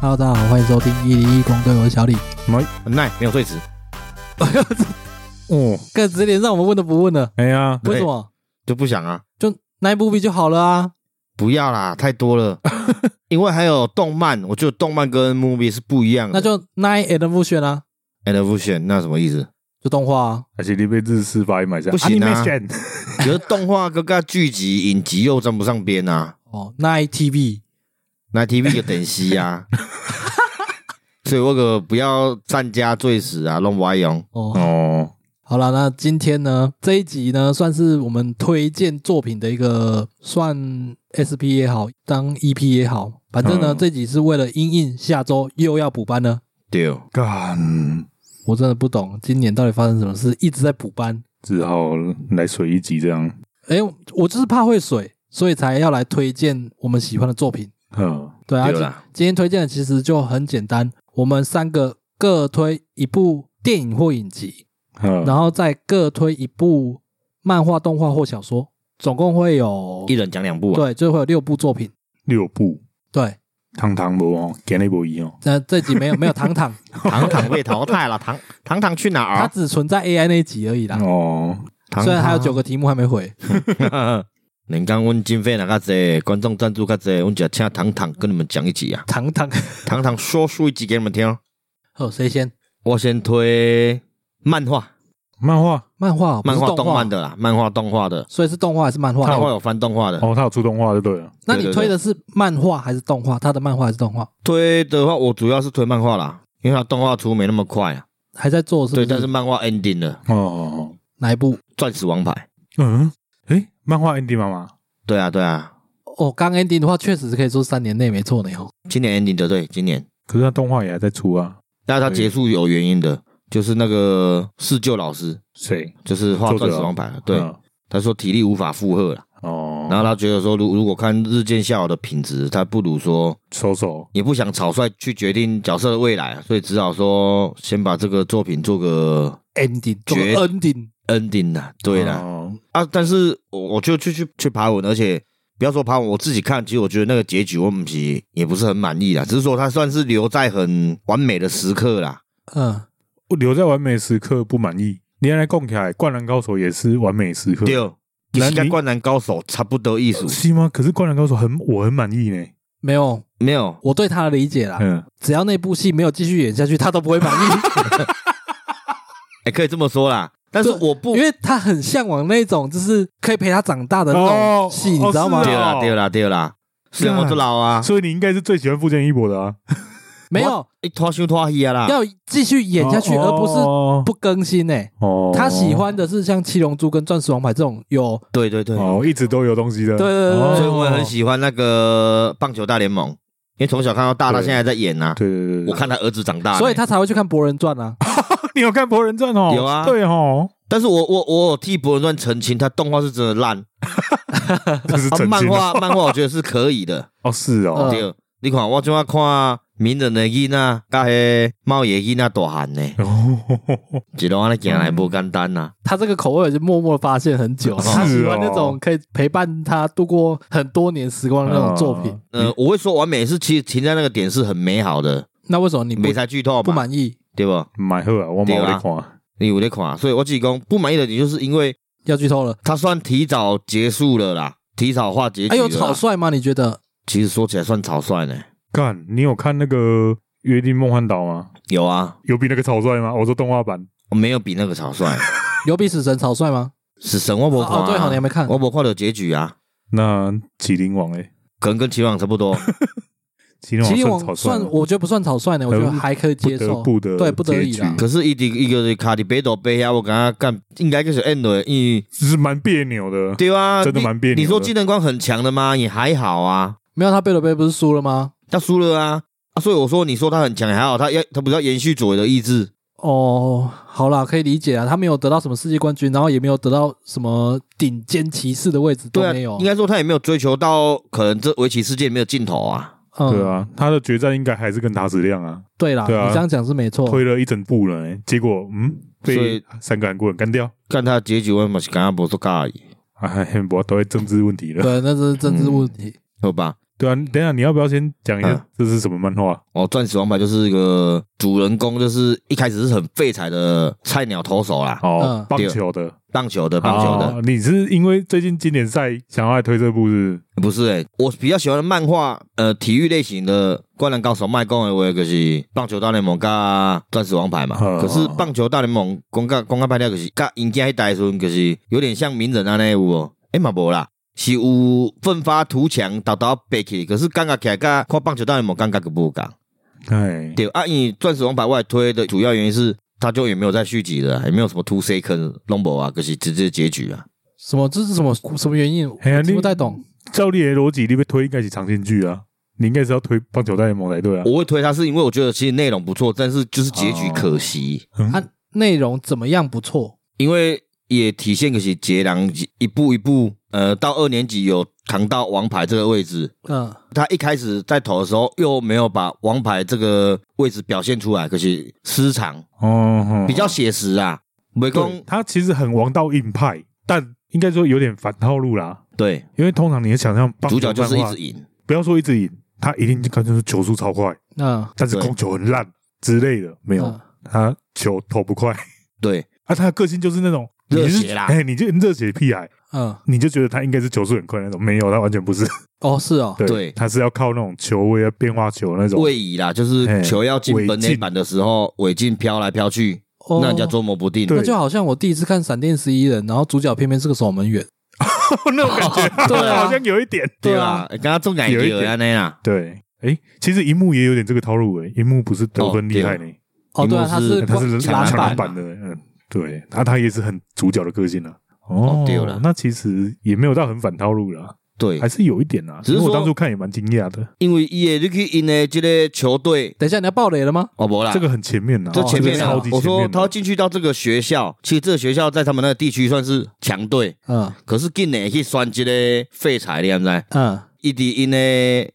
Hello，大家好，欢迎收听一零一公队，我是小李。很耐，没有最值。哦，看直接连上我们问都不问了，哎呀，对为什么？就不想啊，就那一部 V 就好了啊。不要啦，太 多了。因为还有动漫，我觉得动漫跟 movie 是不一样的。那就 Nine and Motion 啊， and fusion 那什么意思？就动画啊。而且你被日式发音买下，不行啊 Animation 可是动画跟跟剧集、影集又沾不上边啊，哦，Nine TV 那 TV 就等息啊。所以我可不要占家最死啊，弄歪用。哦。哦，好了，那今天呢这一集呢，算是我们推荐作品的一个算 SP 也好，当 EP 也好，反正呢、嗯这集是为了因应下周又要补班了。对，哦干，我真的不懂今年到底发生什么事，一直在补班。只好来水一集这样，哎、我就是怕会水，所以才要来推荐我们喜欢的作品。嗯，对啊，对今啦，今天推荐的其实就很简单，我们三个各推一部电影或影集，嗯，然后再各推一部漫画、动画或小说，总共会有一人讲两部啊。对，就会有六部作品。六部对，汤汤不哦，给那部一哦，那这集没有没有糖 糖，糖糖被淘汰了，糖糖糖去哪儿它啊？只存在 AI 那一集而已嗯啦。哦，糖虽然还有九糖。个题目还没回， 能讲阮经费哪较济，观众赞助较济，阮就请糖糖跟你们讲一集啊。糖糖，糖糖说书一集给你们听哦。哦，谁先？我先推漫画，漫画漫画，不漫是画哦动画漫，的啦，漫画动画的，所以是动画还是漫画漫？画有翻动画的。哦，他有出动画就对了，那你对对推的是漫画还是动画？他的漫画还是动画？推的话，我主要是推漫画啦，因为它动画出没那么快啊。还在做是不对，但是漫画 ending 了，哦哦，哦哪一部？ 《钻石王牌嗯，诶，漫画 ending 妈妈，》。对啊，对啊，哦，刚 ending 的话，确实是可以说三年内没错呢。哦，今年 ending 的，对，今年。可是他动画也还在出啊，但是它结束有原因的，就是那个四舅老师，谁？就是画《作者钻哦石王牌》的，对，嗯他说体力无法负荷了，哦，然后他觉得说，如如果看日渐下滑的品质，他不如说收手，也不想草率去决定角色的未来，啊所以只好说先把这个作品做个 ending 做绝 ending， ending 啦，对啦。哦啊，但是我我就去去去爬文，而且不要说爬文，我自己看，其实我觉得那个结局我们其实也不是很满意啦，只是说它算是留在很完美的时刻啦。嗯，我留在完美时刻不满意，你来供起来，灌篮高手也是完美时刻，六，你那你哦跟灌篮高手差不多意思，是吗？可是《灌篮高手》很我很满意呢。没有，没有我对他的理啊解啦，嗯，只要那部戏没有继续演下去，他都不会满意， 哎、可以这么说啦。但是我不因为他很向往那种就是可以陪他长大的那种哦戏，哦你知道吗是对？啊啦，对啦，对啦，虽然我都老啊，所以你应该是最喜欢富坚义博的啊，没有，一拖休拖戏啊啦，要继续演下哦哦去，而不是不不更新诶。哦他喜欢的是像《七龙珠》跟《钻石王牌》这种有，对对对，哦，一直都有东西的，对啊对对哦对所以我也很喜欢那个棒球大联盟，因为从小看到大，他对现在还在演呐、啊。对对对对我看他儿子长大呢，所以他才会去看《博人传》啊。 你有看《博人传》哦？有啊对 哦，但是我我我有替《博人传》澄清，他动画是真的烂，这是 啊真漫心画漫画我觉得是可以的。哦，是嗯哦，对，你看我怎么看名人的囡仔，甲迄猫爷囡仔大汉呢，呃 哦，一路安尼行来不简单啊呐、他这个口味我就默默发现很久， 是他喜欢哦那种可以陪伴他度过很多年时光的那种作哦品。呃，我会说完美是其实停在那个点是很美好的，那为什么你不没才剧透嘛，不满意对不？买好啊，我买来看，你有在看，所以我只讲不满意的，你就是因为要剧透了？他算提早结束了啦，提早化结局哎，了有啦。草啊率吗？你觉得？其实说起来算草率呢。干，你有看那个《约定梦幻岛》吗？有啊，有比那个草率吗？我说动画版，我没有比那个草 率，有比死神草率吗？是神我伯看、哦，啊。对，好，你还没看。我伯看的结局啊，那《麒麟王》嘞，可能跟秦王差不 多。 《麒麟王其实》啊草我率算吗，我觉得不算草率呢，我觉得还可以接受。不得不的对，不得已啦结局可是一滴一个卡迪北斗杯啊，我感觉干应该就是 end 了，因为只是蛮别扭的，对啊，真的你蛮别扭的你说技能光很强的吗？也还好啊，没有他贝鲁贝不是输了吗？他输了啊啊，所以我说你说他很强也还好，他要他不是要延续左为的意志，哦，好啦，可以理解啊，他没有得到什么世界冠军，然后也没有得到什么顶尖骑士的位置，都对啊，没有。应该说他也没有追求到可能这围棋世界没有尽头啊。嗯对，啊，他的决战应该还是跟塔矢亮啊，对啦，对啊你这样讲是没错。推了一整部了、欸，结果嗯，哦所被以三个韩国人干掉， 看他的结局，我嘛是感觉不是介意，哎，我都会政治问题了。对，那是政治问题。好吧？对啊，等一下你要不要先讲一下嗯这是什么漫画？哦，钻石王牌就是一个主人公，就是一开始是很废柴的菜鸟投手啦，哦嗯，棒对球的，棒球的，棒球的，哦你是因为最近经典赛想要来推这部是不是诶、我比较喜欢的漫画，呃，体育类型的《灌篮高手》卖讲的话，就是棒球大联盟加钻石王牌嘛。嗯可是棒球大联盟公告公告拍掉，就是甲赢家一代的时阵，就是有点像名人安尼有哦，诶嘛无啦。是有奋发图强，达到爬起，可是感觉起来甲看棒球大联盟感觉个无共。不是？哎，对啊，因为钻石王牌外推的主要原因是，他就也没有再续集了，也没有什么 two second number 啊，可是直接结局啊。什么这是什么什么原因？我嘿啊听你不太懂。照你的逻辑，你被推应该是长线剧啊，你应该是要推棒球大联盟才对啊。我会推他是因为我觉得其实内容不错，但是就是结局可惜。哦它、啊内容怎么样不错？因为也体现个是杰良一步一步，呃，到二年级有扛到王牌这个位置。嗯，他一开始在投的时候，又没有把王牌这个位置表现出来，可是失常，哦，比较写实啊。美对工，他其实很王道硬派，但应该说有点反套路啦。对因为通常你也想象棒球主角就是一漫画直赢，不要说一直赢，他一定就看就是球速超快，那但是对控球很烂之类的，没有、嗯他球投不快 对啊，他的个性就是那种热血你就是啦哎，你就热血屁孩，嗯，你就觉得他应该是球速很快哎那种，没有，他完全不是，哦，是哦，对，对他是要靠那种球位啊变化球那种，位移啦，就是嘿球要进尾本垒进板的时候，尾进飘来飘去，哦让人家捉摸不定。对那就好像我第一次看《闪电十一人》，然后主角偏偏是个守门员。 那种感觉，对啊好像有一点，对啊，刚刚中奖也有一有点安那啦，对，哎，其实荧幕也有点这个套路诶，哎荧幕不是得分厉害呢，哦，对啊，荧幕他是是他是抢篮抢板篮板的，嗯，对，他他也是很主角的个性啊。哦哦对了那其实也没有到很反套路啦，对还，是有一点啦。啊只是因为我说当初看也蛮惊讶的，因为伊的你去因的这个球队，等一下，你要爆雷了吗？哦，无啦，这个很前面啦，这哦前面个啊超级我前说面他啦。要进去到这个学校，其实这个学校在他们那个地区算是强队，嗯可是近年去算这个废材，你知不知？嗯，伊迪因呢，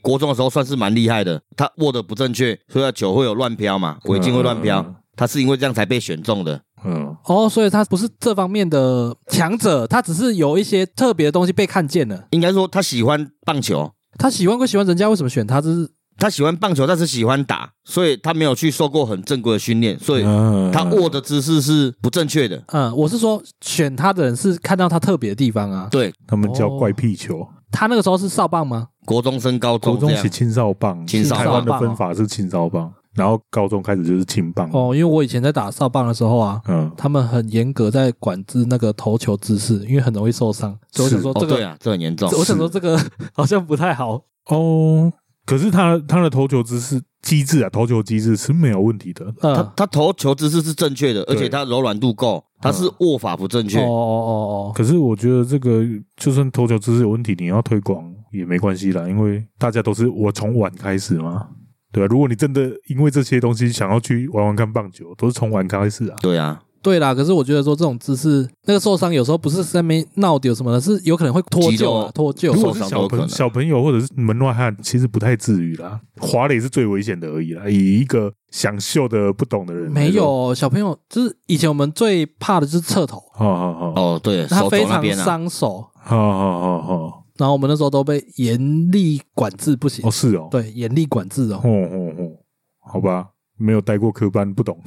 国中的时候算是蛮厉害的，他握的不正确，所以他球会有乱飘嘛，尾劲会乱嗯飘，他是因为这样才被选中的。嗯，哦，所以他不是这方面的强者，他只是有一些特别的东西被看见了。应该说他喜欢棒球，他喜欢归喜欢，人家为什么选他？这是他喜欢棒球，但是喜欢打，所以他没有去受过很正规的训练，所以嗯他握的姿势是不正确的。嗯，我是说选他的人是看到他特别的地方啊。对，他们叫哦怪屁球，他那个时候是少棒吗？国中升高国中中这样是，青少棒，青少棒台湾的分法是青少棒，然后高中开始就是青棒。哦，因为我以前在打少棒的时候啊，嗯，他们很严格在管制那个投球姿势，因为很容易受伤。所以我想说哦这对个，啊，这很严重。 我想说这个好像不太好。哦，可是他的他的投球姿势机制啊，投球机制是没有问题的。嗯，他哦他投球姿势是正确的，而对且他柔软度够，他是握法不正确哦。哦哦，可是我觉得这个就算投球姿势有问题，你要推广也没关系啦，因为大家都是我从晚开始嘛，对啊，如果你真的因为这些东西想要去玩玩看棒球，都是从晚开始啊。对啊，对啦。可是我觉得说这种姿势，那个受伤有时候不是上面闹丢什么的，是有可能会脱肌臼啊肉，脱臼。如果是受伤都小有可朋能小朋友或者是门外汉，其实不太至于啦。滑垒是最危险的而已啦。以一个想秀的不懂的人来说，没有小朋友，就是以前我们最怕的就是侧头，好，好好好哦对，他手非肘那常边啊，伤手，好好好好，然后我们那时候都被严厉管制，不行哦，是哦，对，严厉管制哦。哦哦哦，好吧，没有待过科班，不懂。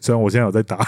虽然我现在有在打，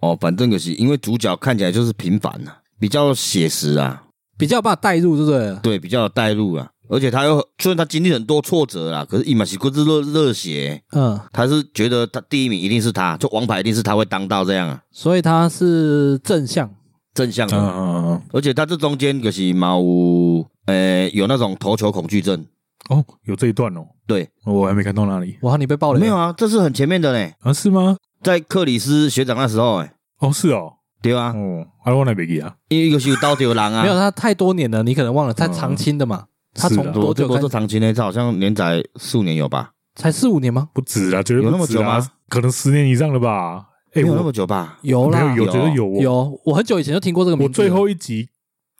哦，反正可惜，因为主角看起来就是平凡啊，比较写实啊，比较有办法带入，对不对？对，比较有代入啊。而且他又虽然他经历很多挫折啦，可是伊玛西哥是热热血，嗯，他是觉得他第一名一定是他，就王牌一定是他会当到这样啊，所以他是正向，正向的。嗯而且他这中间可惜嘛有，呃，有那种投球恐惧症，哦，有这一段哦，对，我还没看到那里哇，你被爆雷了没有？啊，这是很前面的嘞，啊？是吗？在克里斯学长那时候、欸，哦，是哦，对啊，哦，阿罗奈贝基啊，因为有时有刀丢人啊，没有，他太多年了，你可能忘了，他长青的嘛，他是从啊多我这久我开这始？长期呢，这好像连载四五年有吧？才四五年吗？不止啦，绝对有那不么止久啦吗，可能十年以上了吧？哎，没有那我么久吧？有没啦，有有，有绝对有我。有我很久以前就听过这个名我字。。最后一集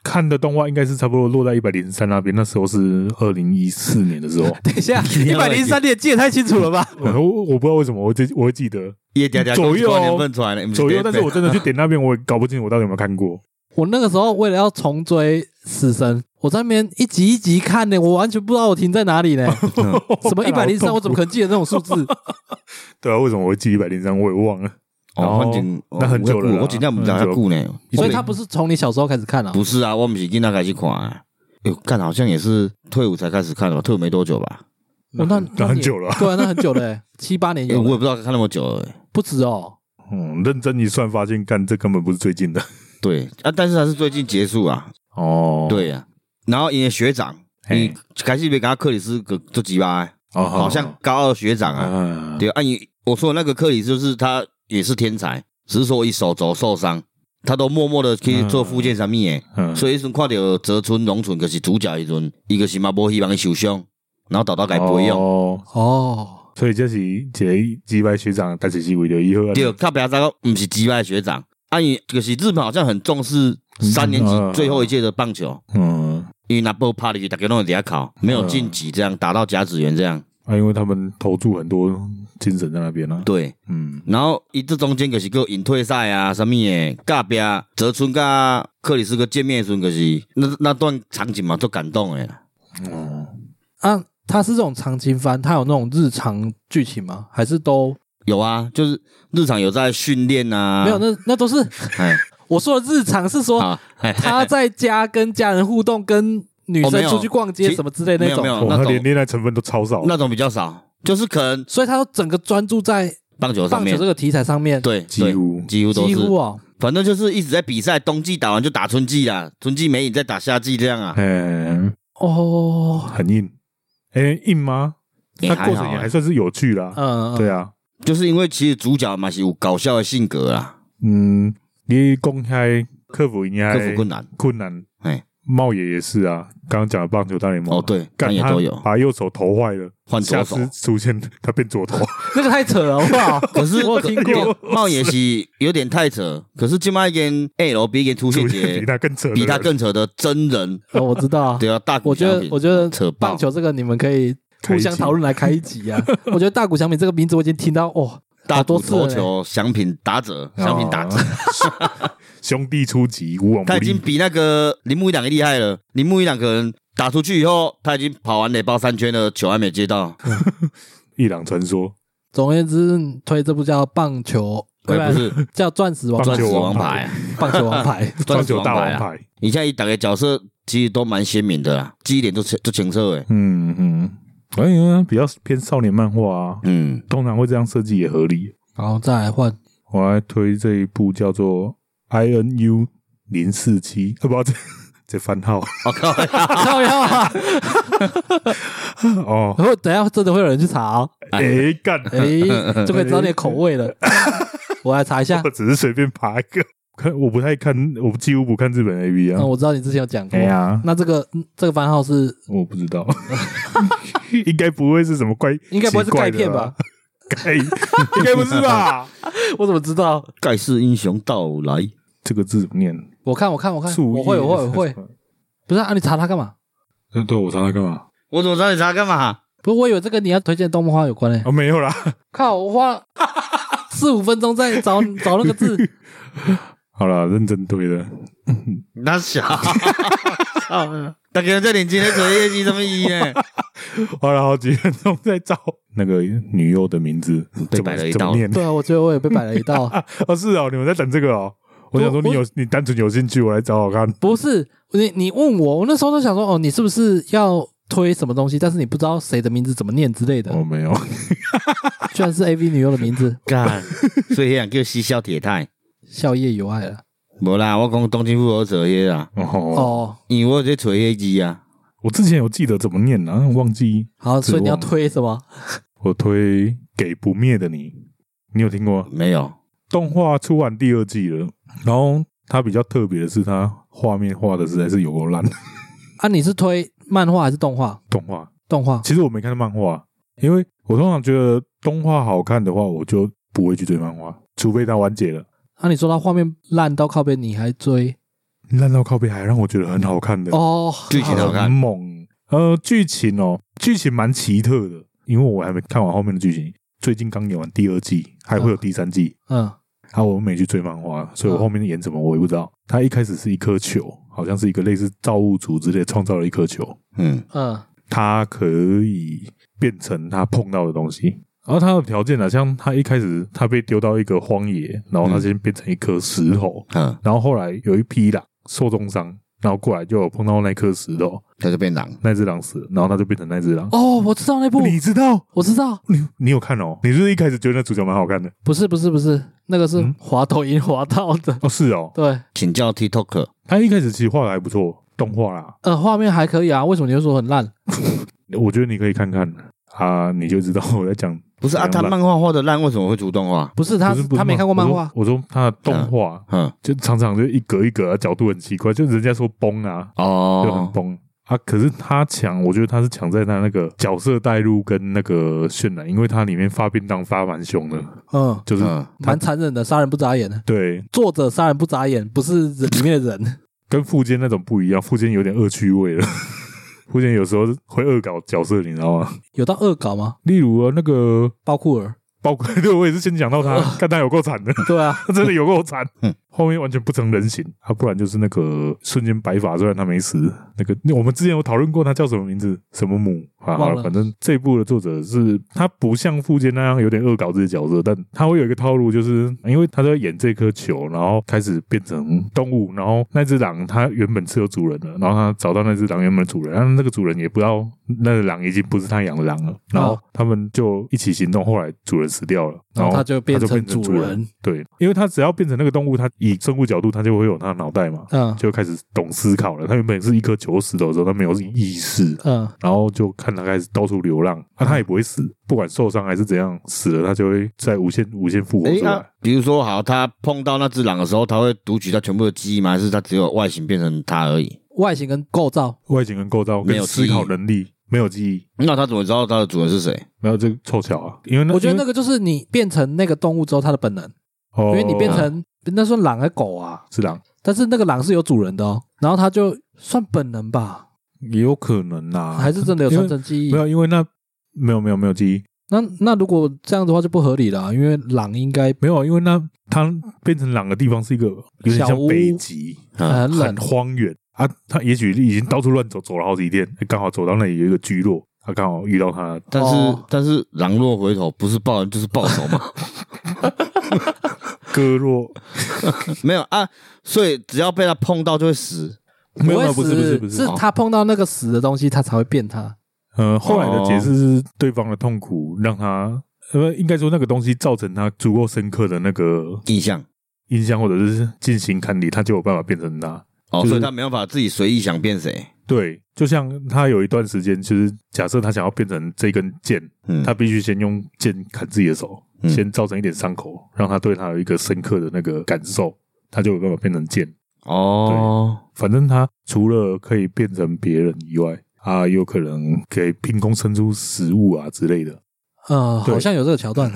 看的动画应该是差不多落在一百零三那边，那时候是二零一四年的时 候等一下，你一要百零三年记得太清楚了吧？我我不知道为什么我记我会记得也点点左右年份出来了，左右，但是我真的去点那边，我也搞不清楚我到底有没有看过。 我那个时候为了要重追《死神》，我在那边一集一集看呢、我完全不知道我停在哪里呢、什么一百零三，我怎么可能记得那种数字？对啊？为什么我会记一百零三？我也忘了。然哦，后反正哦那很久了啦我我真正不知道很他久久呢。所以他不是从你小时候开始看啊？不是啊，我们是今仔开始看的。哎呦，干好像也是退伍才开始看的吧，退伍没多久吧？哦那那很久了啊对啊，那很久了、七八年哎，有我也了，不知道看那么久了、欸。不止哦。嗯，认真一算，发现干这根本不是最近的。对啊，但是他是最近结束啊。 哦，对啊，然后因为学长，嘿你开始别跟他克里斯个做鸡巴的，哎哦，好像高二学长啊。啊，对啊，你我说的那个克里斯就是他也是天才，只是说一手肘受伤，他都默默的去做复健啥物的。嗯，所以迄阵看到泽村荣村就是主角迄阵，伊就是嘛无希望伊受伤，然后豆豆家培养。哦，哦，所以这是一个击败学长，但是是为了以后啊对，较白早毋是击败学长，啊伊就是日本好像很重视三年级嗯最后一届的棒球，嗯，因为那波拍入去，大家拢会底下考，没有晋级这样打到甲子园这样。啊，因为他们投注很多精神在那边啊。对，嗯，然后伊这中间就是个引退赛啊，啥物诶，隔壁泽村甲克里斯个见面的时阵，就是那那段场景嘛，足感动诶。哦，啊，他是这种长青番，他有那种日常剧情吗？还是都有啊，就是日常有在训练啊，没有？那那都是哎， 我说的日常，是说好，嘿嘿他在家跟家人互动，跟女哦没有生出去逛街其什么之类没那有没种，有哦那他连种恋爱成分都超少。那种比较少，就是可能所以他都整个专注在棒球上棒球面这，个题材上面，对，几对乎几乎都几是乎，哦，反正就是一直在比赛，冬季打完就打春季啦，春季没你再打夏季这样啊，嗯，哦，很硬，哎、硬吗？也它还过好程也啊还算是有趣啦。嗯，对啊，啊，就是因为其实主角嘛是有搞笑的性格啦，嗯，你公开克服应该克服困难，困难，哎，茂野也是啊。刚刚讲的棒球大联盟啊哦对，他干也他都有把右手投坏了，换下左手次，出现 他变左投，那个太扯了，好不 好？可是我有听过，可茂也是有点太扯，可是今麦跟 L B 跟出出现现比姐他更扯的人，比他更扯的真人，哦我知道啊，对啊，大谷我觉翔得平，我觉得扯爆棒球这个你们可以互相讨论来开一集 啊。我觉得大谷翔平这个名字我已经听到哦，大好谷多次投了球翔平打者，哦翔平打者， 兄弟出击，无往不 他已经利。比那个铃木一朗厉害了，铃木一朗可能打出去以后，他已经跑完垒包三圈了，球还没接到，一朗传说，总而言之，推这部叫棒球，哎不是叫钻石王棒钻石球王王牌牌啊。棒球王牌。 棒球大王啊！牌。你现在打个角色其实都蛮鲜明的啦，记忆点都清都清澈诶。嗯嗯，哎呀，比较偏少年漫画啊，嗯，通常会这样设计也合理。然后再来 换我还推这一部叫做 I N U 零四七，啊不，这 这番号 我、靠，靠腰 啊！哦，然后等一下真的会有人去查 哦，哎干，哎，就可以知道你的口味了。我来查一下我，只是随便爬一个，看我不太看，我几乎不看日本 A V 啊嗯，。我知道你之前有讲过哎。呀，那这个嗯这个番号是我不知道，应该不会是什么怪， 应该不会是奇怪钙的片吧？？钙应该不是吧？ 我怎么知道？啊盖世英雄到来， 这个字怎么念？我看我看我看，树哎我会我会我 会。。不是啊，你查它干嘛？嗯，对我查它干嘛？我怎么知道你查干嘛？不是，我以为这跟你要推荐的动画有关嘞、哦，没有啦。靠，我花了四五分钟在找找那个 字，好啦，认真对的。那小， 大家在领今天作业是什么意呢？花了好几分钟在找那个女优的名字，被怎摆么了一怎道么念？对啊，我觉得我也被摆了一道。 哦，是哦，你们在等这个哦。我想说，你有你单纯有兴趣，我来找找看。不是你，你问我，我那时候都想说，哦，你是不是要推什么东西？但是你不知道谁的名字怎么念之类的，我哦没有，居然是 A V 女优的名字，干，所以那样叫嬉笑铁太。笑夜有爱了。无啦，我讲东京复仇者迄啦，哦，哦，啊因为我有在找迄集啊，我之前有记得怎么念呢，忘记。好，所以你要指望推什么？我推《给不灭的你》，你有听过？没有。动画出完第二季了，然后它比较特别的是，它画面画的实在是有够烂。啊，你是推漫画还是动画？动画动画其实我没看到漫画，因为我通常觉得动画好看的话，我就不会去追漫画，除非它完结了。啊，你说到画面烂到靠边，你还追？烂到靠背还让我觉得很好看的，哦，剧情好看很猛。呃，剧情哦，剧情蛮奇特的，因为我还没看完后面的剧情，最近刚演完第二季，还会有第三季。嗯，啊，我们没去追漫画，所以我嗯后面演什么我也不知道。他一开始是一颗球，好像是一个类似造物主之类创造了一颗球，嗯，嗯它可以变成他碰到的东西。然后它的条件呢、像他一开始他被丢到一个荒野，然后他先变成一颗石头，嗯，然后后来有一批狼受重伤，然后过来就有碰到那颗石头，他就变狼，那只狼死了，然后他就变成那只狼。哦，我知道那部，你知道？我知道，你你有看哦？你是不是一开始觉得那主角蛮好看的？不是不是不是，那个是嗯滑抖音滑到的， 哦，是哦，对，请教 TikTok。他一开始其实画的还不错，动画啦，呃，画面还可以啊，为什么你会说很烂？我觉得你可以看看啊，你就知道我在讲。不是啊，怎他样漫画画的烂，为什么会主动画？不是他不是不是他没看过漫画，我说我说他的动画、嗯，就常常就一格一格、啊，角度很奇怪，就人家说崩啊，就很哦，崩、啊。可是他强，我觉得他是强在他那个角色带入跟那个渲染，因为他里面发便当发蛮凶的，嗯，就是、嗯，蛮残忍的，杀人不眨眼的。对，作者杀人不眨眼，不是人里面的人。 跟富坚那种不一样，富坚有点恶趣味了。 富坚有时候会恶搞角色，你知道吗？有到恶搞吗？例如啊，那个包库尔？包括 对我也是先讲到他， 看他有够惨的。对啊，他 真的有够惨嗯，后面完全不成人形啊！不然就是那个瞬间白发，虽然他没死，那个我们之前有讨论过他叫什么名字，什么母啊？好忘了，了反正这一部的作者是他不像富坚那样有点恶搞自己角色，但他会有一个套路，就是因为他在演这颗球，然后开始变成动物，然后那只狼它原本是有主人的，然后他找到那只狼原本的主人，但那个主人也不知道那只狼已经不是他养的狼了，然后哦他们就一起行动，后来主人死掉了，然然后哦后他就变哦成变主主人。对，因为它只要变成那个动物，它以生物角度，它就会有它的脑袋嘛，嗯就开始懂思考了。它原本是一颗球石头的时候，它没有意识，嗯，然后就看它开始到处流浪，啊，它也不会死，不管受伤还是怎样，死了它就会在无限无限复活哎出来。啊，比如说好，他碰到那只狼的时候，他会读取它全部的记忆吗？还是它只有外形变成它而已？外形跟构造外形跟构造没跟有思考能力没有记忆，那他怎么知道它的主人是谁？没有这个凑巧啊，因为那我觉得那个个就是你变成那个动物之后它的本能，因因为为你变哦成那算狼还是狗啊？是狼，但是那个狼是有主人的哦，然后它就算本能吧，也有可能呐、还是真的有传承记忆没？有，因为那没有没有没有记忆，那那如果这样的话就不合理了啊，因为狼应该没有，啊因为那它变成狼的地方是一个有点小像屋北极，很呃冷很，荒远啊。他也许已经到处乱走，走了好几天，刚好走到那里有一个聚落，他刚好遇到他，但是、哦但是狼若回头，不是报恩就是报 仇嘛。割落，没有啊，所以只要被他碰到就会死。没有，没有不不会是不是死不是是。它碰到那个死的东西，它才会变它。呃，后来哦的解释是对方的痛苦让他，呃，应该说那个东西造成他足够深刻的那个印象印象，或者是进行看理，他就有办法变成他。哦，就是所以他没办法自己随意想变谁。对，就像他有一段时间，就是假设他想要变成这根剑，嗯，他必须先用剑砍自己的手，嗯先造成一点伤口，让他对他有一个深刻的那个感受，他就有办法变成剑。哦，反正他除了可以变成别人以外，啊，有可能给凭空生出食物啊之类的。呃，对好像有这个桥 段。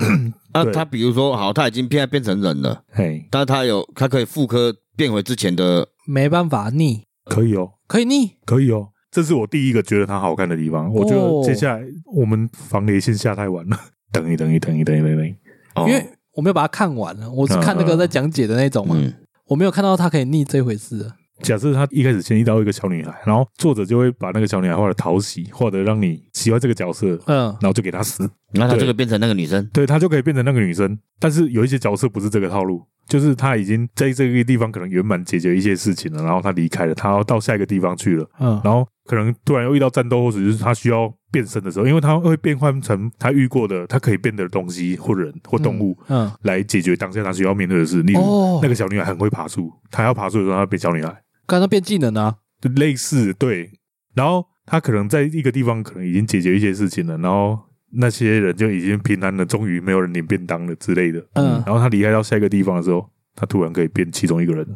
那对啊他比如说好，他已经现在变成人了，嘿，但他有他可以复刻变回之前的没办法逆，可以哦，可以逆。可以哦。这是我第一个觉得它好看的地方。我觉得哦接下来我们防雷线下太晚了。 等一等一等一等一等一等一，哦因为我没有把它看完了，我是看那个在讲解的那种嘛，嗯我没有看到他可以逆这回事。假设他一开始先遇到一个小女孩，然后作者就会把那个小女孩画的讨喜，或者让你喜欢这个角色，嗯，然后就给她死。那他对就会变成那个女生。对他就可以变成那个女生。但是有一些角色不是这个套路，就是他已经在这个地方可能圆满解决一些事情了，然后他离开了，他要到下一个地方去了，嗯，然后可能突然又遇到战斗，或者就是他需要变身的时候，因为他会变换成他遇过的，他可以变的东西或人或动物。嗯，来解决当下他需要面对的事，例如、哦那个小女孩很会爬树，她要爬树的时候，她变小女孩，刚刚变技能啊，就类似对。然后她可能在一个地方可能已经解决一些事情了，然后那些人就已经平安了，终于没有人领便当了之类的。嗯然后他离开到下一个地方的时候，他突然可以变其中一个人了，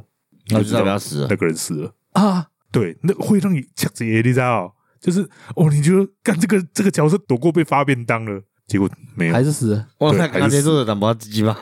那就代表他死了那个人死了。啊，对，那会让你掐着你知道？就是哦，你觉得干这个这个角色躲过被发便当了，结果没有，还是死了。哇，对那还是刚才死说的怎么鸡巴？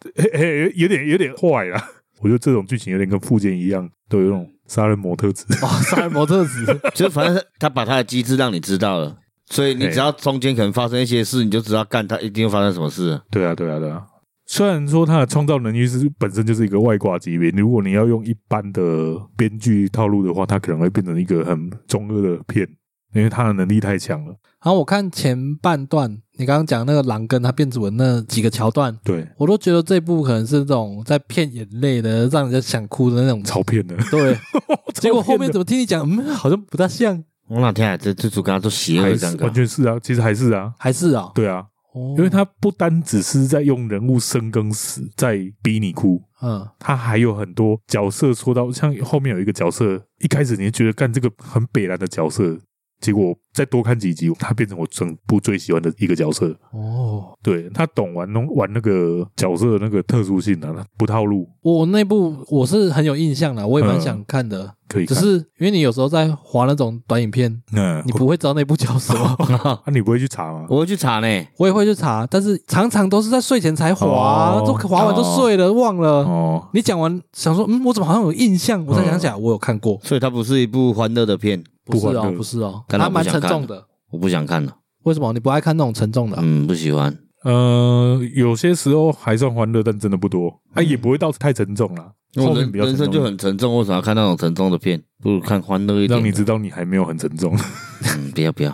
嘿嘿有点有点坏啦。我觉得这种剧情有点跟附件一样，都有那种杀人魔特质。哇，哦杀人魔特质，就反正他把他的机制让你知道了，所以你嘿只要中间可能发生一些事，你就知道干他一定会发生什么事。对啊，对啊，对啊。虽然说他的创造能力是本身就是一个外挂级别，如果你要用一般的编剧套路的话，他可能会变成一个很中二的片，因为他的能力太强了。然后我看前半段，你刚刚讲那个狼跟他变主人那几个桥段，对，我都觉得这部可能是那种在骗眼泪的，让人家想哭的那种。超骗的。对， 结果后面超怎么听你讲，嗯，好像不大像，我哪天啊这这组刚刚都邪骗的恶还这是完个，全是啊，其实还是啊，还是啊、对啊，哦，因为他不单只是在用人物生跟死在逼你哭，嗯，他还有很多角色说到，像后面有一个角色，一开始你就觉得干这个很北蓝的角色，结果再多看几集，他变成我整部最喜欢的一个角色。哦，对他懂玩弄玩那个角色的那个特殊性啊，他不套路，我那部我是很有印象啦，我也蛮嗯想看的，可以只看。是因为你有时候在划那种短影片，嗯你不会知道那部叫什么。 啊，你不会去查吗？我会去查呢。我也会去查，但是常常都是在睡前才滑，哦都滑完都睡了，忘了。哦，你讲完想说，嗯，我怎么好像有印象？我才想起来，我有看过。所以它不是一部欢乐的片，不是不哦欢，乐不是哦，看来它我不蛮想沉看重的。我不想看了，为什么你不爱看那种沉重的啊、嗯，不喜欢。呃，有些时候还算欢乐，但真的不多，啊，也不会到太沉重啦。后我人面比较人沉生就重，很沉重，为什么要看那种沉重的片？不如看欢乐一点让你的。知道你还没有很沉重。 嗯，不要不要，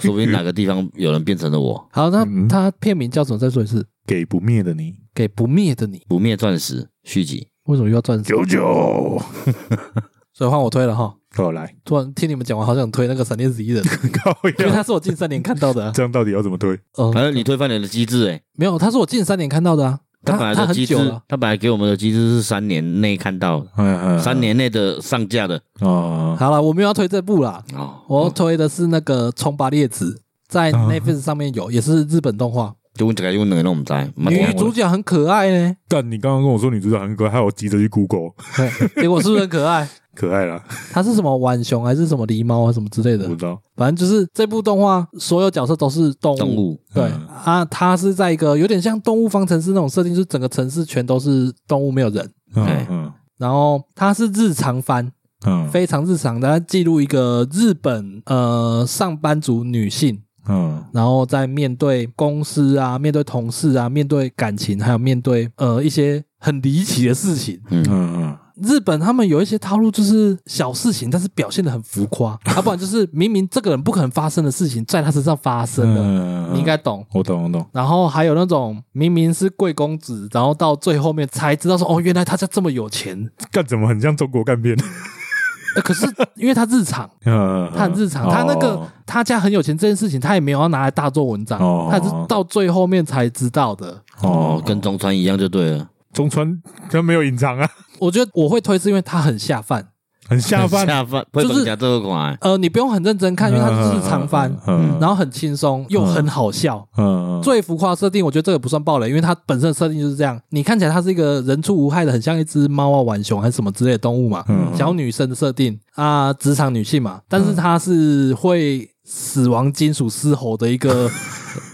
说不定哪个地方有人变成了我，好，那嗯它片名叫什么？再说一次，《给不灭的你，给不灭的你》。不灭钻石续集。为什么又要钻石？九九，所以换我推了哈。我来， 突然听你们讲完，好想推那个《闪电十一人》， 靠因为呀，它是我近三年看到 的、啊。这样到底要怎么推？嗯、还有你推翻你的机制哎，没有，它是我近三年看到的啊。他它本来它的很机制久了，，他本来给我们的机制是三年内看到的，嗯三年内的上架的哦，好了，我没有要推这部啦。哦，我推的是那个《冲吧列子》，在啊 Netflix 上面有，也是日本动画。就问这个就问那个，那我们在女主角很可爱呢，但你刚刚跟我说女主角很可爱，害我急着去 Google，对结果是不是很可爱？可爱啦，她是什么浣熊还是什么狸猫啊什么之类我的不，知道，反正就是这部动画所有角色都是动物。动物对嗯啊，它是在一个有点像动物方程式那种设定，就是整个城市全都是动物，没有人。嗯哎嗯然后它是日常番，嗯非常日常的，它记录一个日本呃上班族女性，嗯然后在面对公司啊、面对同事啊、面对感情，还有面对呃一些很离奇的事情。嗯，嗯日本他们有一些套路，就是小事情，但是表现的很浮 夸，要、不然就是明明这个人不可能发生的事情，在他身上发生了，嗯你应该懂。我懂我懂，然后还有那种明明是贵公子，然后到最后面才知道说，哦，原来他家这么有 钱。干怎么很像中国干片？呃可是因为他日常，嗯，他很日常，他那个他家很有钱这件事情，他也没有要拿来大做文章，哦他也是到最后面才知道的。哦，跟中川一样就对了，中川他没有隐藏啊，我觉得我会推是因为它很下饭，很下饭，下饭会本家这个款，呃，你不用很认真看，因为它是日常番，嗯然后很轻松又很好笑。嗯最浮夸的设定，我觉得这个不算暴雷，因为它本身的设定就是这样。你看起来它是一个人畜无害的，很像一只猫啊、浣熊还是什么之类的动物嘛，嗯小女生的设定啊，职场女性嘛，但是它是会死亡金属嘶吼的一 个，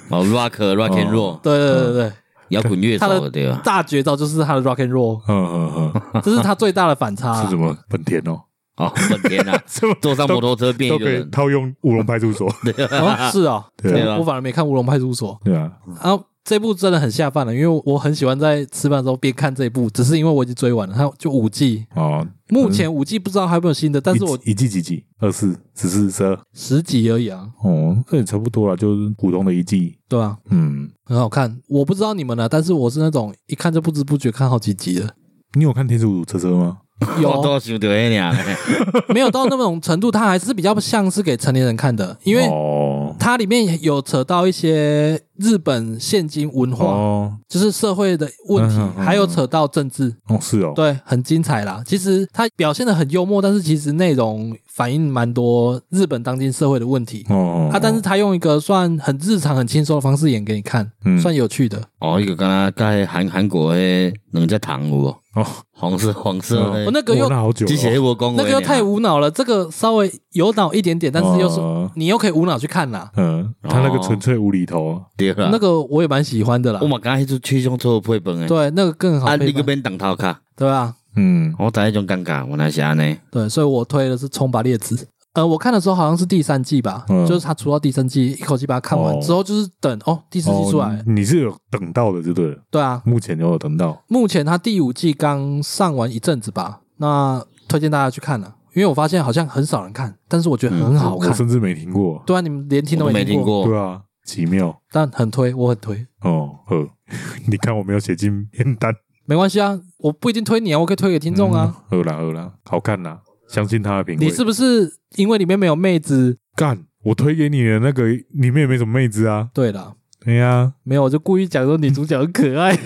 哦，rock rock and roll 对对对对摇滚乐手对对，吧？大绝招就是它的 rock and roll，嗯嗯这是它最大的反差嗯，啊、是什么本田哦？，哦，本田啊什么坐上摩托车变都一个可以人，套用乌龙派出所，哦，是哦， 对啊我我反而没看《乌龙派出所》。对啊，然后这部真的很下饭了，因为我很喜欢在吃饭的时候边看这一部，只是因为我已经追完了，它就五季，哦，目前五季不知道还有没有新的，但是我一一季几季？二四、十四、十二，十集而已啊，哦，这也差不多了，就是普通的一季。对吧、嗯，很好看，我不知道你们呢，啊但是我是那种一看就不知不觉看好几集了，你有看《天使五车车》吗？我有都想到那俩， 没有到那种程度？它还是比较像是给成年人看的，因为哦它里面有扯到一些日本现今文化，哦就是社会的问题嗯嗯，嗯还有扯到政治，哦是哦，对，很精彩啦。其实他表现的很幽默，但是其实内容反映蛮多日本当今社会的问题。哦啊，但是他用一个算很日常、很轻松的方式演给你看，嗯算有趣的。哦，一个刚刚在韩韩国诶，两只糖有无？哦，黄色黄色哦的我、，那个我又那好久之前哦，我讲那个又太无脑了，这个稍微有脑一点点，但是又是、哦哦你又可以无脑去看啦。嗯，他那个纯粹无厘头，啊对啊啦那。个我也蛮喜欢的啦我。嘛刚迄出吹上做配饭诶，对，那个更好啊，配你个饭，边当头卡，对吧？啊嗯，我知迄种尴尬，原来是安尼。对，所以我推的是《冲吧列子》。呃，我看的时候好像是第三季吧，嗯就是他出到第三季，一口气把它看完、哦之后，就是等哦第四季出来、哦你，你是有等到的，对不对了？对啊，目前有等到，目前他第五季刚上完一阵子吧，那推荐大家去看了、因为我发现好像很少人看，但是我觉得很好看。嗯我甚至没听过。对啊，你们连听我都都没听听，过对啊，奇妙但很推，我很推，哦，呵， 你看我没有写进片单，没关系啊，我不一定推你啊，我可以推给听众啊。嗯，呵啦呵啦，好看啦，相信他的品味。你是不是因为里面没有妹子？干？我推给你的那个里面也没什么妹子啊，对啦，对呀、啊，没有，我就故意讲说女主角很可 爱。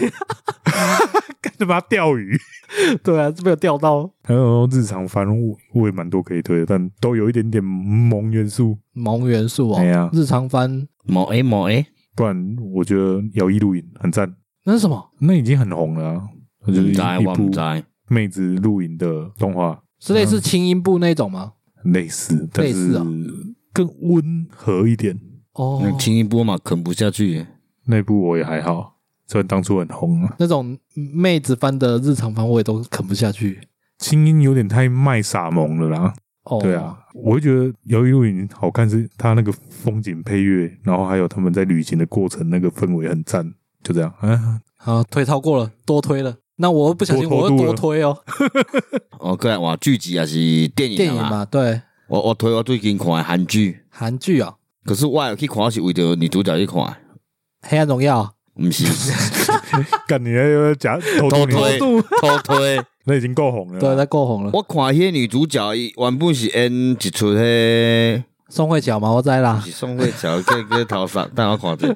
干他妈钓 鱼。对啊，没有钓到还有日常番我我也蛮多可以推的，但都有一点点萌元素，萌元素哦。哎呀日常番某 A 某 A，不然我觉得摇曳露营很赞，那是什么？那已经很红了、啊，我觉得唔知一我唔部知，妹子露营的动画是类似轻音部那种吗？类似，但类是似哦更温和一点。哦，那嗯轻一波嘛，啃不下去耶。那部我也还好，虽然当初很红啊，那种妹子番的日常番我也都啃不下去。轻音有点太卖傻萌了啦。哦，对啊，我会觉得摇曳露营好看是它那个风景配乐，然后还有他们在旅行的过程那个氛围很赞，就这样啊。好，推超过了，多推了。那我又不小心，多我偷又渡多了推哦。哦，过来哇，剧集也是电影电影啊嘛。嘛，对，我我推我最近看的韩剧，韩剧啊，可是我有去看是为着女主角去看的， 《黑暗荣耀》不是 干你还要假偷偷偷你推偷推。那已经够红了。对，它够红了。我看迄个女主角，伊原本是演一出迄、宋慧乔嘛，我在啦是，宋慧乔个个头上，但我看者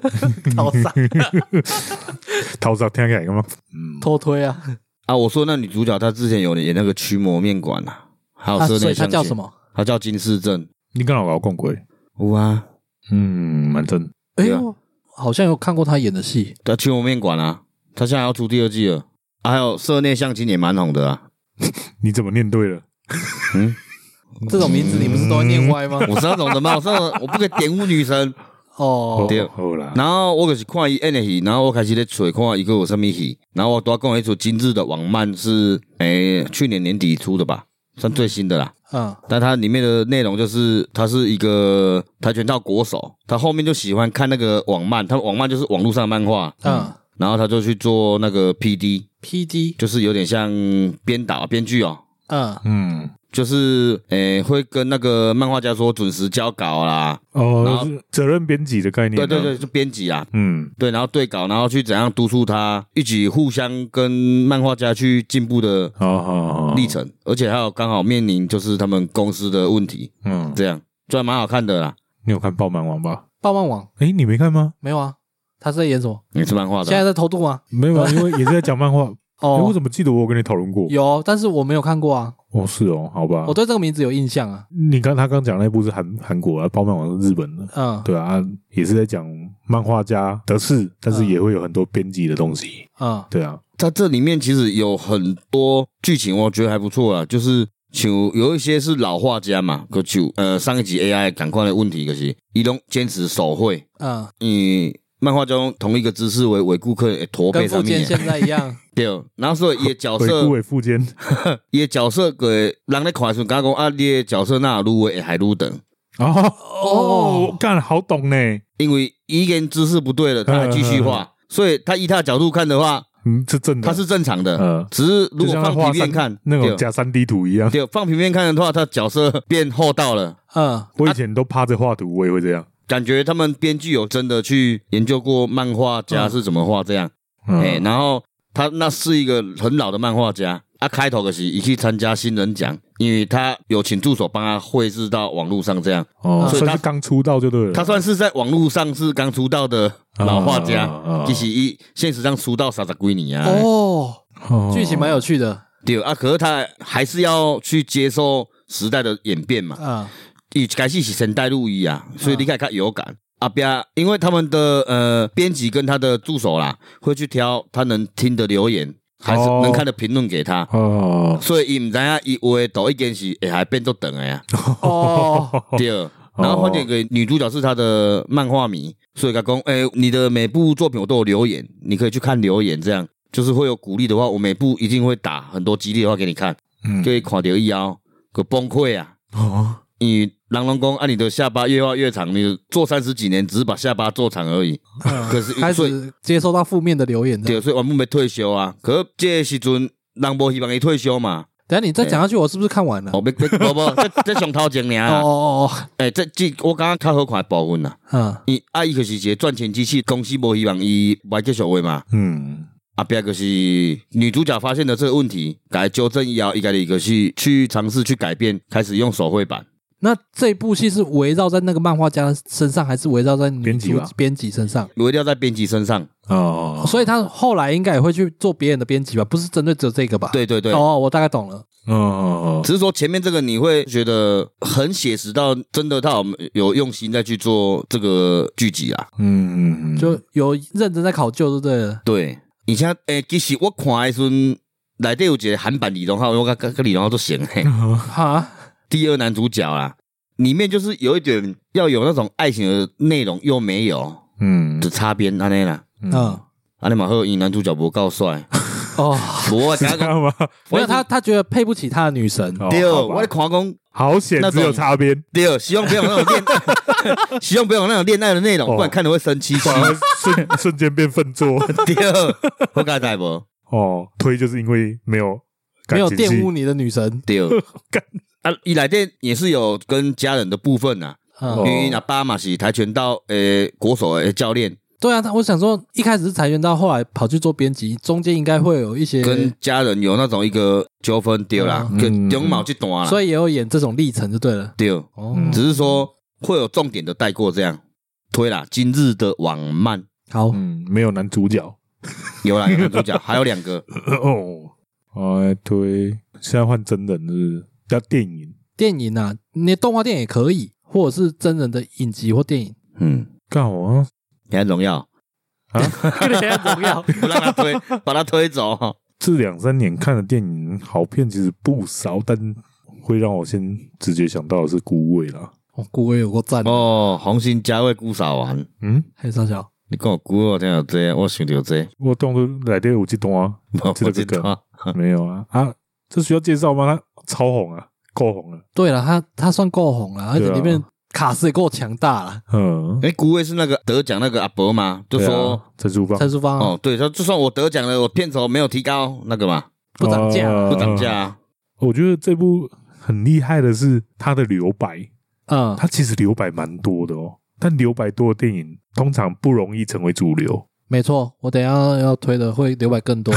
好傻，头上听起来干嘛？ 偷推啊。啊，我说那女主角她之前有演那个驱魔面馆啊，还有啊，室所内以它相叫亲，什么？她叫金世正。你跟老搞共轨？有啊，嗯，蛮正。哎对啊呦，好像有看过他演的戏。叫驱魔面馆啊，她现在要出第二季了。啊、还有室内相亲也蛮红的啊，你怎么念对了？嗯，这种名字你不是都会念歪吗？我是那种人吗？我是那种我不可以玷污女神。哦，对好啦。然后我就是看伊演的戏，然后我开始咧找看伊个有啥物戏。然后我拄仔讲迄出《今日的网漫》是诶、去年年底出的吧，算最新的啦。嗯，但它里面的内容就是，他是一个跆拳道国手，他后面就喜欢看那个网漫，他网漫就是网络上的漫画，嗯然后他就去做那个 P D， ，P.D. 就是有点像编导编剧哦，嗯，嗯，就是诶、会跟那个漫画家说准时交稿啦，然哦后，是责任编辑的概念。对对对，，就编辑啊，嗯，对，然后对稿，然后去怎样督促他，一起互相跟漫画家去进步的好好好，历，程，哦而且还有刚好面临就是他们公司的问题，嗯，这样就还蛮好看的啦。你有看《爆满王》吧？棒棒网哎，你没看吗？没有啊？他是在演什么？也是漫画的现在啊，在偷渡吗？没 有，啊，因为也是在讲漫画。哎，哦，我怎么记得我有跟你讨论过？有，但是我没有看过啊。哦，是哦，好吧嗯我。对这个名字有印象啊。你刚他刚讲那部是韩韩国啊，《爆漫王》是日本的。哦嗯对啊，也是在讲漫画家的事，但是也会有很多编辑的东西。嗯，对啊，在这里面其实有很多剧情，我觉得还不错啦，就是。像有一些是老画家嘛，可就呃上一集 AI 赶快的问题，可是伊拢坚持手绘，嗯，嗯，漫画中同一个姿势为为顾客的驼背跟上福建面的，啊现在一 样。对，哦然后所以伊的角鬼色顾尾附坚，伊诶角色个人咧看的时阵，敢讲啊，你诶角色哪愈会还愈长，哦哦哦，干好懂呢，因为伊跟姿势不对了，他还继续画，所以他以他的角度看的话，嗯，是正的，他是正常的。呃，只是就如果像他放画平面三看，那对种加三 D 图一样。对，放平面看的话，他角色变厚道了，嗯，我以前都趴着画图，我也会这样。感觉他们编剧有真的去研究过漫画家是怎么画这样，哎，嗯，然后他那是一个很老的漫画家。他开头可是一去参加新人奖，因为他有请助手帮他绘制到网络上这样，哦，所以他算是刚出道就对了。啊他算是在网络上是刚出道的老画家，啊啊啊其实一现实上出道傻傻归你啊。哦，哦剧情蛮有趣的。对啊，可是他还是要去接受时代的演变嘛。嗯一开始是神代路一啊，所以你看看有感。阿边因为他们的呃编辑跟他的助手啦，会去挑他能听的留言，还是哦能看的评论给他，哦，所以伊唔知影伊话抖一件是会还变作长的呀。哦，第二，然后换这个女主角是她的漫画迷，所以她讲，哎、你的每部作品我都有留言，你可以去看留言，这样就是会有鼓励的话，我每部一定会打很多激励的话给你看，嗯就会垮掉一腰，个崩溃啊！哦，你狼龙宫，啊，你的下巴越画越长，你做三十几年只是把下巴做长而已。可是开所以始接收到负面的留言这样。对，所以原本要退休啊，可是这个时阵人无希望伊退休嘛。等一下你再讲下去，我是不是看完了？哦，别别，不不，这这上头前尔 哦啦。哦哦，诶，这这我感觉较好看的部分啦。嗯，伊啊，伊就是一个赚钱机器，公司无希望伊来继续话嘛。嗯，后壁就是女主角发现了这个问题，改纠正以后，伊家己就是去尝试去改变，开始用手绘板。那这部戏是围绕在那个漫画家身上，还是围绕在女编辑主吧编辑身上？围绕在编辑身上。哦，所以他后来应该也会去做别人的编辑吧？不是针对只有这个吧？对对对，哦，我大概懂了。哦，只是说前面这个你会觉得很写实到真的他有有用心再去做这个剧集啊。嗯，嗯嗯就有认真在考究，对不对嗯了？对，而且诶、其实我看的时阵，内底有一个韩版李荣浩，我感觉李荣浩都行嘿。哈，第二男主角啦，里面就是有一点要有那种爱情的内容，又没有嗯的擦边安尼啦。嗯，嗯，安尼嘛好，因男主角不 够帅，哦，我讲知道吗？没有他，他觉得配不起他的女神，哦对，好吧我咧看讲好险那，种只有擦边，对，希望不要有那种 恋，希望不要有那种恋爱的内容，哦不然看了会生气。反而瞬瞬间变笨拙。对，我敢知无？哦，推就是因为没有没感有情戏玷污你的女神。 对干，啊，伊内底也是有跟家人的部分呐、啊，因嗯哦，为阿爸嘛是跆拳道诶国手诶教练，对啊，他我想说，一开始是裁员，到后来跑去做编辑，中间应该会有一些，跟家人有那种一个纠纷对啦，嗯跟中毛这段啦，所以以也有演这种历程就对了。对，哦，嗯只是说会有重点的带过这样推啦。今日的网漫好，嗯，没有男主角。有啦，有男主角，还有两个哦，哎，推现在换真人是不是要电影，电影啊，你动画电影也可以，或者是真人的影集或电影。 嗯，干我还有荣耀，跟人家荣耀，不让他推，把他推走。这两三年看的电影好片其实不少，但会让我先直接想到的是孤味啦。 哦，顾威有过赞哦，哦，红心加味姑嫂丸，嗯，还有啥小你讲有姑我听到这个我想到这个，我当作来电有这段啊，我这个知梗道。没有啊啊，这需要介绍吗？它超红啊，够红了。对了，他他算够红了，而且里面卡斯也够强大了。嗯，哎，姑位是那个得奖那个阿伯吗？就对啊说、陈淑芳陈淑芳啊哦，对，他就算我得奖了，我片酬没有提高那个嘛，不涨价，呃不涨价、啊。我觉得这部很厉害的是它的留白，嗯，它其实留白蛮多的哦。但留白多的电影通常不容易成为主流。没错，我等一下要推的会留白更多。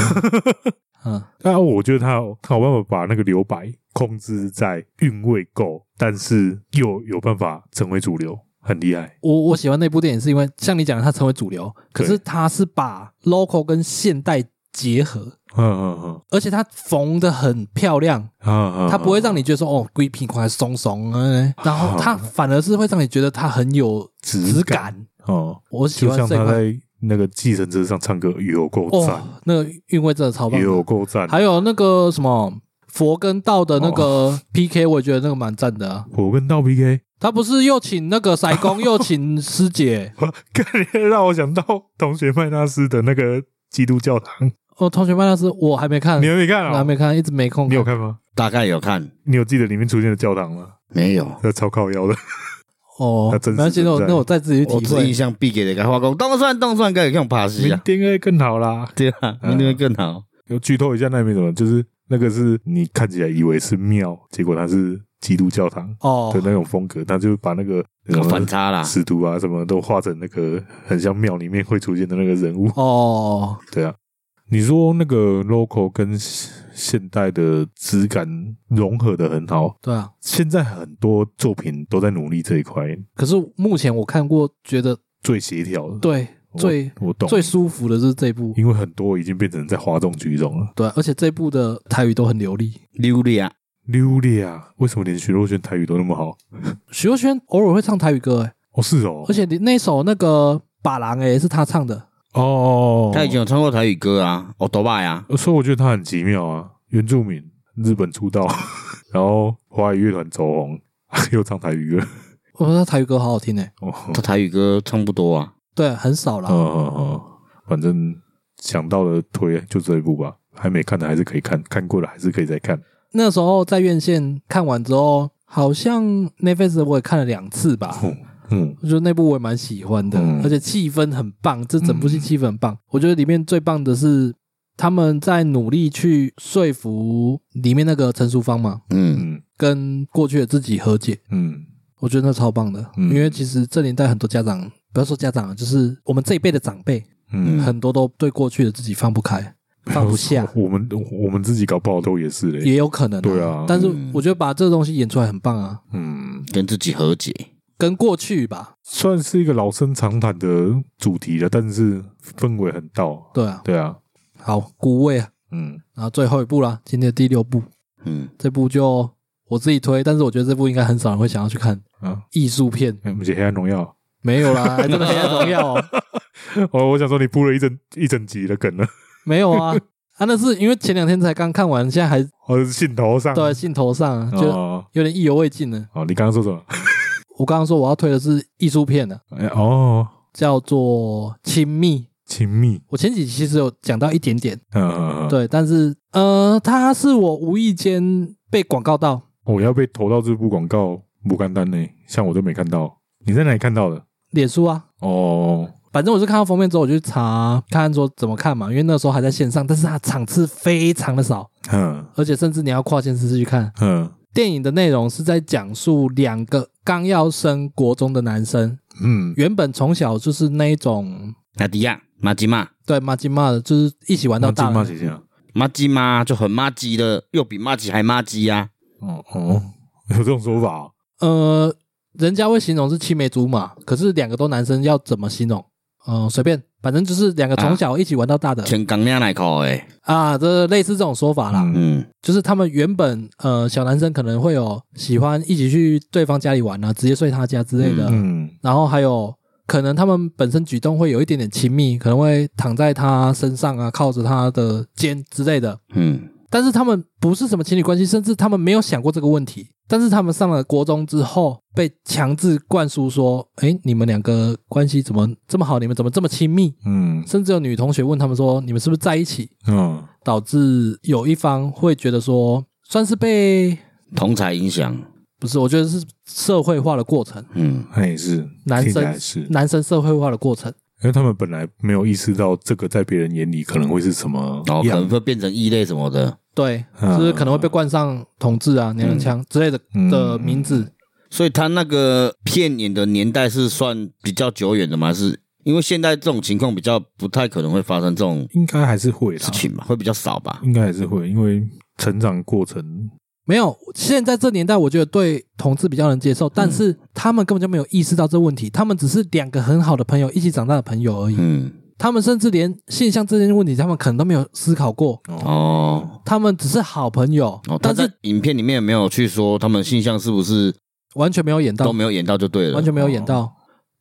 嗯，但啊我觉得他有他有办法把那个留白控制在韵味够，但是又有办法成为主流，很厉害。我我喜欢那部电影是因为像你讲的，它成为主流，可是对它是把 local 跟现代结合，嗯嗯而且它缝的很漂亮，嗯嗯嗯，它不会让你觉得说哦，龟屁股还松松啊，然后它反而是会让你觉得它很有嗯质质感感。哦，我喜就欢像这一他块在那个计程车上唱歌也有够赞，哦，那个韵味真的超棒也的。有够赞。还有那个什么佛跟道的那哦个 PK，我也觉得那个蛮赞的啊、我跟道 PK，他不是又请那个塞工，又请师姐， 看让我想到同学麦纳斯的那个基督教堂，哦，同学们那是我还没看你，还没看我还啊？没看，一直没空你有看吗？大概有看你有记得里面出现的教堂吗？没有？那超靠 腰的，哦那，真没是关系，那我存在那我再自己去我体只印会。象必给的个话讲，动算动算，该有用拍戏明啊，天会更好啦。对啊，嗯明天会更好。有剧透一下，那里面怎么？就是那个是你看起来以为是庙，结果它是基督教堂哦的，那种风格，他就把那个呃有反差啦，使徒啊什么都画成那个很像庙里面会出现的那个人物。哦，对啊，你说那个 local 跟现代的质感融合的很好，对啊。现在很多作品都在努力这一块，可是目前我看过，觉得最协调的。对我，最我懂，最舒服的就是这部，因为很多已经变成在哗众取宠了。对啊，而且这部的台语都很流利。溜利啊，溜利啊，为什么连徐若瑄台语都那么好？徐若瑄偶尔会唱台语歌，哎，哦，是哦而，且你那首那个《把郎》哎是她唱的，哦哦，哦呃他以前有唱过台语歌啊，哦，多拜啊，所以我觉得他很奇妙啊，原住民，日本出道， 然后华语乐团走红， 又唱台语歌，我说她台语歌好好听哎。哦，他台语歌唱不多啊。对，很少啦。哦哦哦，反正想到的推就这一部吧，还没看的还是可以看，看过了还是可以再看。那时候在院线看完之后，好像 Netflix 我也看了两次吧，嗯，我觉得那部我也蛮喜欢的，嗯而且气氛很棒，这整部戏气氛很棒。我觉得里面最棒的是他们在努力去说服里面那个陈淑芳嘛，嗯，嗯跟过去的自己和解，嗯我觉得那超棒的。嗯因为其实这年代很多家长，不要说家长啊，就是我们这一辈的长辈，嗯，很多都对过去的自己放不 ，开、放不下我们我们自己搞不好都也是嘞，也有可能、对啊但是我觉得把这个东西演出来很棒啊，嗯，跟自己和解，跟过去吧，算是一个老生常谈的主题了，但是氛围很到，对啊，对啊，好，古味啊，嗯然后最后一部啦，今天的第六部。嗯，这部就我自己推，但是我觉得这部应该很少人会想要去看啊，艺术片，哎我们写《黑暗荣耀没有 啦，还真的黑暗荣耀哦，》，哦，我想说你铺了一整一整集的梗了，没有啊。啊，那是因为前两天才刚看完，现在还哦，是兴头上，都在兴头上啊，就哦有点意犹未尽呢。哦，你刚刚说什么？我刚刚说我要推的是艺术片呢、哎哦，叫做《亲密》。亲密，我前几期其实有讲到一点点，嗯，，对，但是呃，它是我无意间被广告到，哦我要被投到这部广告不干单呢，像我都没看到，你在哪里看到的？脸书啊，哦，反正我是看到封面之后，我就去查看看说怎么看嘛，因为那时候还在线上，但是它场次非常的少，嗯而且甚至你要跨县市去看。嗯电影的内容是在讲述两个刚要升国中的男生，嗯原本从小就是那一种阿迪亚马吉玛，对马吉玛的，就是一起玩到大妈人姐姐啊，马吉玛就很马吉的，又比马吉还马吉啊。哦哦， 有这种说法哦，呃，人家会形容是青梅竹马，可是两个都男生要怎么形容？嗯、随便，反正就是两个从小一起玩到大的全港两奶口诶，啊，这类似这种说法啦。嗯嗯就是他们原本呃小男生可能会有喜欢一起去对方家里玩啊，直接睡他家之类的，嗯然后还有可能他们本身举动会有一点点亲密，可能会躺在他身上啊，靠着他的肩之类的。嗯，但是他们不是什么情侣关系，甚至他们没有想过这个问题。但是他们上了国中之后，被强制灌输说：“哎，你们两个关系怎么这么好？你们怎么这么亲密？”嗯甚至有女同学问他们说：“你们是不是在一起嗯？”导致有一方会觉得说，算是被同才影响，不是，我觉得是社会化的过程，嗯那也是男听起来生是，男生社会化的过程。因为他们本来没有意识到这个在别人眼里可能会是什么哦，可样能，会变成异类什么的，对，嗯就是可能会被冠上同志啊、娘娘腔之类的嗯的名字。所以他那个片演的年代是算比较久远的吗？是因为现在这种情况比较不太可能会发生这种应该还是会啦事，情吧，会比较少吧。应该还是会，因为成长过程，没有，现在这年代我觉得对同志比较能接受，但嗯是他们根本就没有意识到这问题，他们只是两个很好的朋友一起长大的朋友而已，嗯，他们甚至连性向这件问题，他们可能都没有思考过，哦他们只是好朋友，哦，他但在是影片里面没有去说他们性向是不是完全没有演都到，没有哦演到就对了，完全没有演到，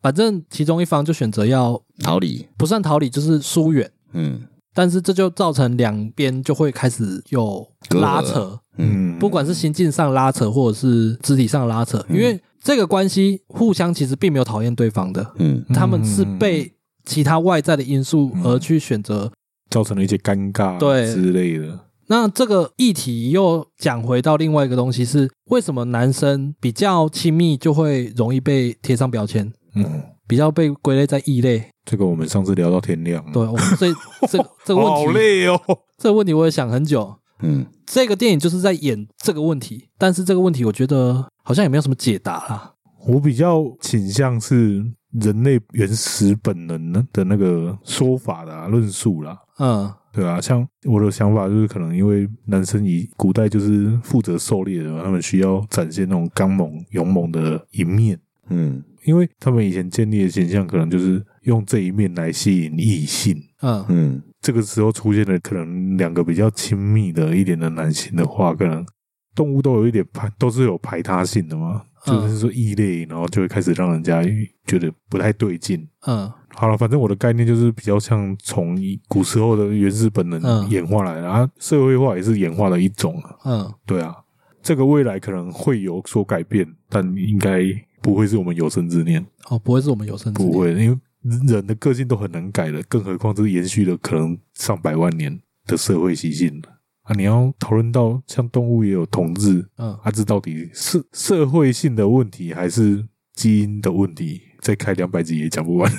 反正其中一方就选择要逃离。不算逃离，就是疏远。嗯但是这就造成两边就会开始有拉隔扯，嗯不管是心境上拉扯或者是肢体上拉嗯扯，因为这个关系互相其实并没有讨厌对方的，嗯他们是被其他外在的因素嗯而去选择。造成了一些尴尬对之类的，那这个议题又讲回到另外一个东西是，为什么男生比较亲密就会容易被贴上标签，嗯，比较被归类在异类？这个我们上次聊到天亮，对， 我们这这个这个好问题，累哦，这个问题我也想很久。嗯，这个电影就是在演这个问题，但是这个问题我觉得好像也没有什么解答啦。我比较倾向是人类原始本能的那个说法的、啊、论述啦。嗯，对啊，像我的想法就是，可能因为男生以古代就是负责狩猎的嘛，他们需要展现那种刚猛、勇猛的一面，嗯因为他们以前建立的形象可能就是用这一面来吸引异性。嗯，嗯这个时候出现的可能两个比较亲密的一点的男性的话，可能动物都有一点排，都是有排他性的嘛，嗯就是说异类，然后就会开始让人家觉得不太对劲。嗯好了，反正我的概念就是比较像从一古时候的原始本能嗯演化来的，啊，社会化也是演化的一种啊。嗯，对啊，这个未来可能会有所改变，但应该不会是我们有生之年，哦，不会是我们有生之不年。会，因为人的个性都很难改的，更何况这是延续了可能上百万年的社会习性了。啊，你要讨论到像动物也有同志，嗯啊，这到底是社会性的问题还是基因的问题？再开两百集也讲不完。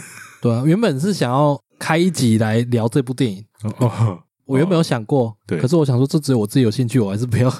对啊，原本是想要开一集来聊这部电影， 哦，我原本有想过，对可是我想说这只有我自己有兴趣，我还是不要。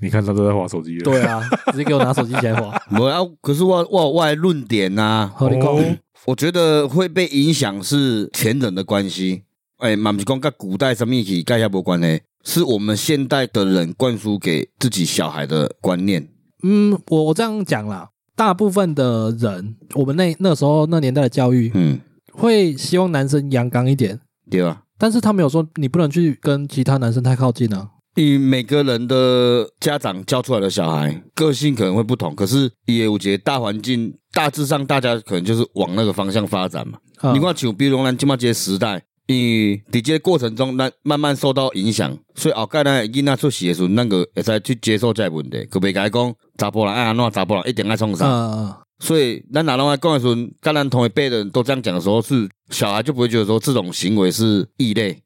你看他都在划手机了。对啊，直接给我拿手机起来滑。我要，啊可是我我有我的论点呐、好，你讲， 哦我觉得会被影响是前人的关系，哎、嘛不是讲跟古代什么起盖下无关系，是我们现代的人灌输给自己小孩的观念。嗯，我我这样讲啦，大部分的人，我们那那时候那年代的教育嗯，会希望男生阳刚一点，对吧？但是他们有说你不能去跟其他男生太靠近啊。因为每个人的家长教出来的小孩个性可能会不同，可是也有节大环境大致上大家可能就是往那个方向发展嘛。啊、你看，像比如讲咱即马这个时代，因为伫这个过程中，咱慢慢受到影响，所以后盖咱的囡仔出世的时阵，咱个会使去接受这个问题，佮袂甲伊讲查甫人爱安怎，查甫人一定爱创啥。啊，所以咱哪拢爱讲的时阵，跟咱同一辈的人都这样讲的时候，是小孩就不会觉得说这种行为是异类，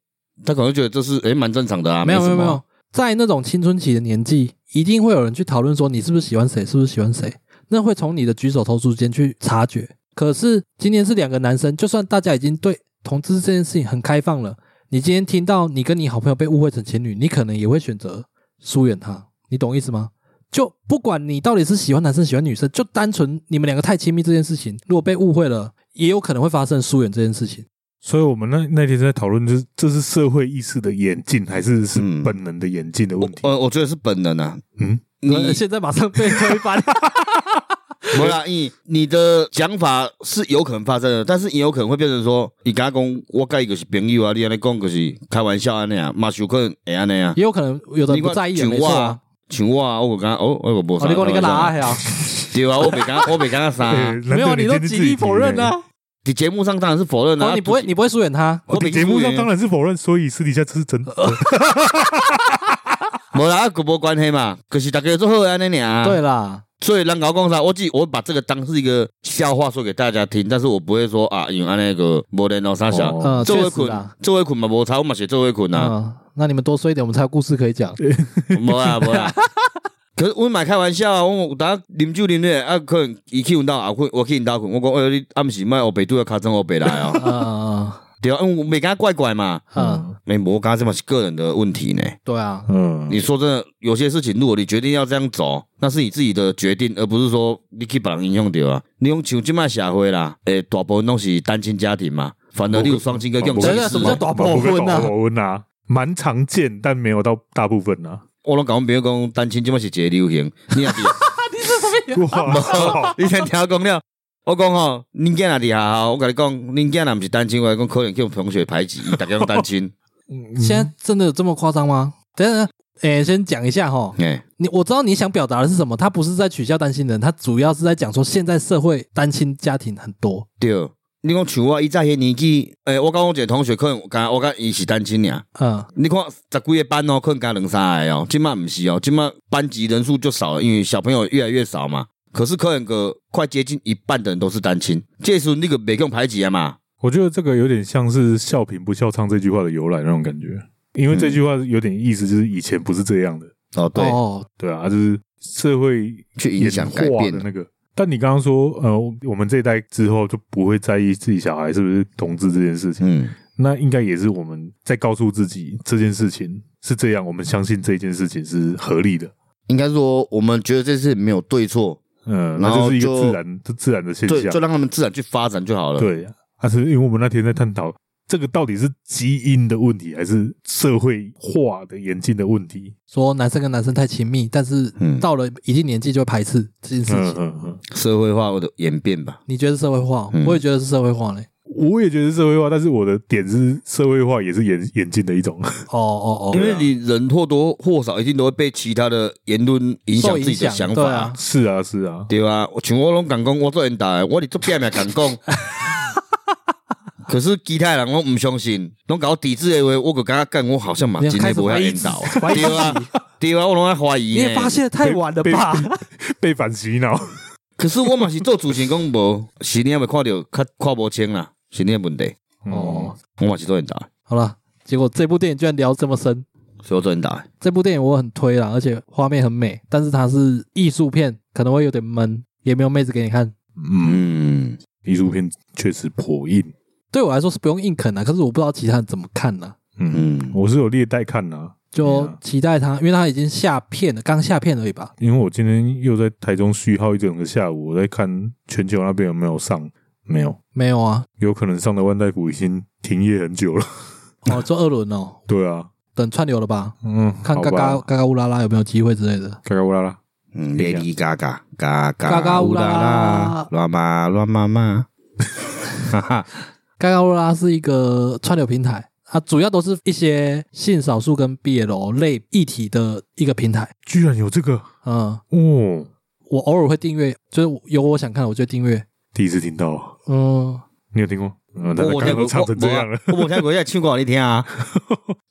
他可能觉得这是诶蛮、正常的啊，没有什没么有没有，在那种青春期的年纪，一定会有人去讨论说你是不是喜欢谁，是不是喜欢谁，那会从你的举手投足间去察觉。可是今天是两个男生，就算大家已经对同志这件事情很开放了，你今天听到你跟你好朋友被误会成情侣，你可能也会选择疏远他，你懂意思吗？就不管你到底是喜欢男生喜欢女生，就单纯你们两个太亲密这件事情，如果被误会了，也有可能会发生疏远这件事情。所以我们那那天在讨论，就是这是社会意识的演进，还是是嗯本能的演进的问题？呃，我觉得是本能啊。 嗯， 你现在马上被推 翻，没啦，你你的讲法是有可能发生的，但是也有可能会变成说，你跟他讲我跟一个是朋友啊，你安尼讲就是开玩笑安尼啊，嘛是有可能会安尼啊。也有可能有的人你看不在意也像没错我啊啊。像我啊，我就跟他哦，我个无啥哦，你开玩笑啊。讲你个哪呀？ 对啊，我没讲，我没讲啥 啊。哎没有，你都极力否认。难得啊。你节目上当然是否认然哦啊，后你不会，自己你不会疏远他。我你自己提的欸哦你节目上当然然是否认，所以私底下这是真的。没啦，跟无关系嘛。可是大家做好安尼尔啊。对，啦，所以人搞讲啥，我记我把这个当是一个笑话说给大家听，但是我不会说啊，因为安那个无人哦啥啥。哦嗯，做确伙实困啦。，做伙困嘛无差，我嘛是做伙困啊。嗯，那你们多说一点，我们才有故事可以讲。嗯无啦 无啦。可是阮嘛开玩笑啊，我有当啉酒啉咧，啊可能伊去阮兜啊，困我去阮兜困，我讲哎、你暗时莫后白拄个尻川后白来哦， 嗯对啊，因为我袂敢怪怪嘛，嗯嗯，没无敢这嘛是个人的问题呢。对啊，嗯，你说真的，有些事情如果你决定要这样走，那是你自己的决定，而不是说你去把人影响到啊。你用像即卖社会啦，诶、大部分拢是单亲家庭嘛，反而你有双亲跟用真妻的室什么叫嘛，大部分啊啊？保温啊，蛮常见，但没有到大部分 啊。我拢甲阮朋友讲，单亲即卖是一个流行， 你也是。哇靠， 你先听我讲了。我讲吼，恁囝若伫学校，我甲你讲，恁囝若毋是单亲，我跟你讲可能叫同学排挤，伊逐家拢单 亲。嗯现在真的有这么夸张吗？等等，诶，先讲一下哈。哎，你我知道你想表达的是什么，他不是在取笑单亲人，他主要是在讲说现在社会单亲家庭很多。对。你讲像我伊早迄年纪，诶、我讲我一个同学可能敢我甲伊是单亲尔。嗯你看十几个班哦，可能敢两三个哦，即满毋是哦，即满班级人数就少了，因为小朋友越来越少嘛。可是可能个快接近一半的人都是单亲，这时候你个袂用排挤啊嘛。我觉得这个有点像是“笑贫不笑娼”这句话的由来那种感觉，因为这句话有点意思，就是以前不是这样的，哦，对，哦，对啊，就是社会去影响改演化变的那个。但你刚刚说，呃，我们这一代之后就不会在意自己小孩是不是同志这件事情，嗯，那应该也是我们在告诉自己这件事情是这样，我们相信这件事情是合理的，应该说我们觉得这次没有对错，嗯，然那后就是一就个自然、就自然的现对，象就，让他们自然去发展就好了。对，但是因为我们那天在探讨这个到底是基因的问题，还是社会化的演进的问题？说男生跟男生太亲密，但是嗯到了一定年纪就会排斥这件事嗯情。嗯嗯，社会化的演变吧。你觉得是社会化？嗯我也觉得是社会化嘞。我也觉得是社会化，但是我的点是社会化也是演演进的一种。 哦哦哦，因为你人或多或少一定都会被其他的言论影响受自己的影响想对法啊啊，是啊，是啊，对吧？像我拢敢讲，我做人大的，我伫做变也敢 讲。可是其他的人我唔相信，拢搞抵制的话，我个感觉干，我好像嘛你真开的始不怀会疑引自导，己 怀疑对啊，对啊，我拢爱怀疑你呢。也发现太晚了被吧？被反洗脑。可是我嘛是做主持人讲无，是你也未看到，较看不清啦，是你的问题。嗯哦，我嘛是做人大的，好了，结果这部电影居然聊这么深，所以我做你打的。这部电影我很推啦，而且画面很美，但是它是艺术片，可能会有点闷，也没有妹子给你看。嗯，嗯，艺术片确实颇硬。对我来说是不用硬啃啊，可是我不知道其他人怎么看呢、嗯，嗯，我是有列带看啦、就对啊期待它，因为它已经下片了，刚下片而已吧。因为我今天又在台中续号一整个下午，我在看全球那边有没有上，没有，没有啊，有可能上的万代谷已经停业很久了。 哦，做二轮哦，对啊，等串流了吧，嗯，看好嘎吧嘎嘎嘎乌拉拉有没有机会之类的。嘎嘎乌拉拉，嗯，Lady Gaga，嘎嘎嘎嘎乌乌拉拉拉拉，乱妈乱妈妈，哈哈，嘎嘎乌拉拉是一个串流平台，它主要都是一些性少数跟 BL 类议题的一个平台。居然有这个嗯，哦，我偶尔会订阅，就是有我想看的我就订阅。第一次听到，啊嗯，你有听过？嗯，大家我刚刚都听过，唱成这啊样了，我我听过，现在唱歌给你听啊，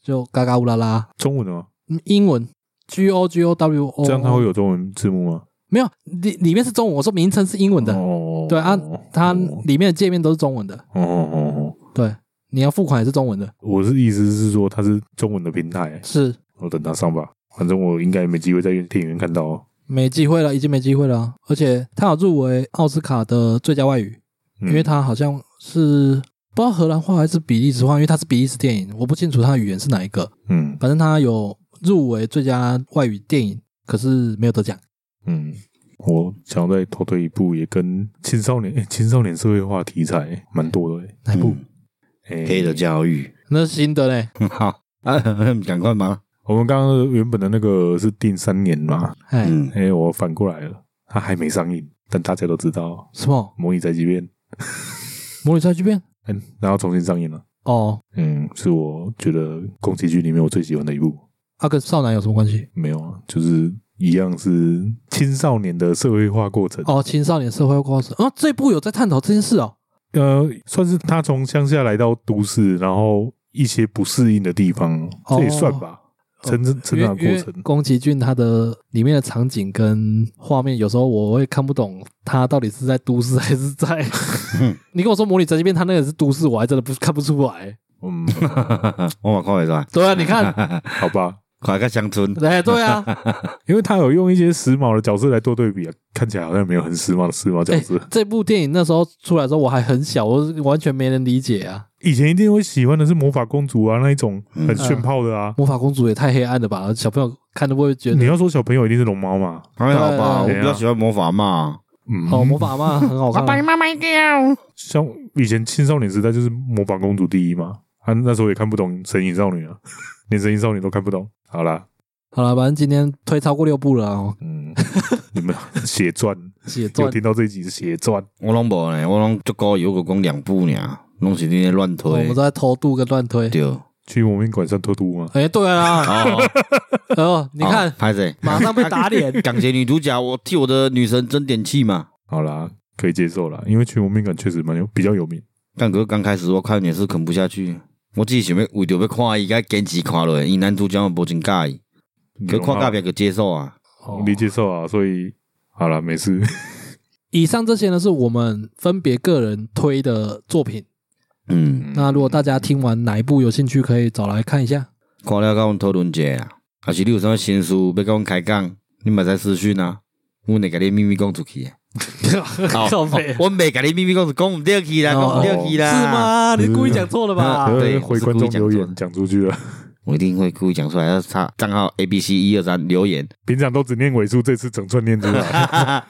就嘎嘎乌拉拉，中文的吗？嗯英文 G O G O W O，这样它会有中文字幕吗？没有里里面是中文，我说名称是英文的，哦，对啊哦它哦里面的界面都是中文的，哦哦，哦对，你要付款也是中文的，我是意思是说它是中文的平台，是我等它上吧，反正我应该也没机会在电影院看到哦。没机会了，已经没机会了啊，而且他有入围奥斯卡的最佳外语，嗯因为他好像是不知道荷兰话还是比利时话，因为他是比利时电影，我不清楚他的语言是哪一个，嗯反正他有入围最佳外语电影，可是没有得奖。嗯，我想要再偷推一部，也跟青少年诶、青少年社会化题材蛮多的、欸。哪一部？嗯诶黑的教育，那是新的嘞，好 啊，赶快忙，我们刚刚原本的那个是定三年嘛？哎，嗯，诶、我反过来了，它还没上映，但大家都知道《什么模拟宅急便》， 《魔女宅急便》？嗯，然后重新上映了。哦，嗯，是我觉得宫崎骏里面我最喜欢的一部。啊，跟少男有什么关系？没有啊，就是一样是青少年的社会化过程。哦，青少年社会化是啊，这部有在探讨这件事哦。呃，算是他从乡下来到都市，然后一些不适应的地方，哦这也算吧，成成成因为长过程因为。宫崎骏他的里面的场景跟画面，有时候我会看不懂他到底是在都市还是 在。你跟我说《魔女宅急便》，他那个是都市，我还真的不看不出来。嗯，哎我嘛看会出来， 对啊，你看，好吧，快个乡村，哎，对啊， 因为他有用一些时髦的角色来做对比啊，看起来好像没有很时髦的时髦角哎色。，这部电影那时候出来的时候我还很小，我完全没人理解啊。以前一定会喜欢的是魔法公主啊，那一种很炫炮的啊。魔法公主也太黑暗了吧，小朋友看都不会觉你得。要说小朋友一定是龙猫嘛？还好吧，我对比较喜欢魔法嘛，嗯，哦，魔法嘛，很好 看啊。妈卖掉。像以前青少年时代就是魔法公主第一嘛，啊，那时候也看不懂神隐少女啊， 连神隐少女都看不懂。好啦，好了，反正今天推超过六部了哦，嗯，你们血赚，写作有听到这一集是血赚，我拢无呢，我拢足高有个讲两部呢，拢是你咧乱哦我推们，都在偷渡跟乱推。对，哦，去我们馆上偷渡吗？哎，对 啊， 哦，你看，拍谁？。马上被打脸 港姐女主角，我替我的女神争点气嘛。好啦，可以接受啦，因为去我们馆确实蛮有比较有名。但可是刚开始我看也是啃不下去，我自己想要为着要看伊，该坚持看落。伊男主角无真介意，可是看大介别个接受啊。哦没接受啊，所以好啦，没事。以上这些呢，是我们分别个人推的作品。嗯， 那如果大家听完哪一部有兴趣，可以找来看一 下。看了甲阮讨论者啊，还是你有啥物心事要甲阮开讲，你嘛使私讯啊，阮会甲你秘密讲出去的。啊哦靠北阮袂甲你秘密讲出，讲毋对去啦，哦讲毋对去是啦。？吗？你故意讲错了吧？ 呃对回观众留言讲出去了，我一定会故意讲出来，要查账号 A B C 一二三 留言。平常都只念尾数，这次整串念出 来。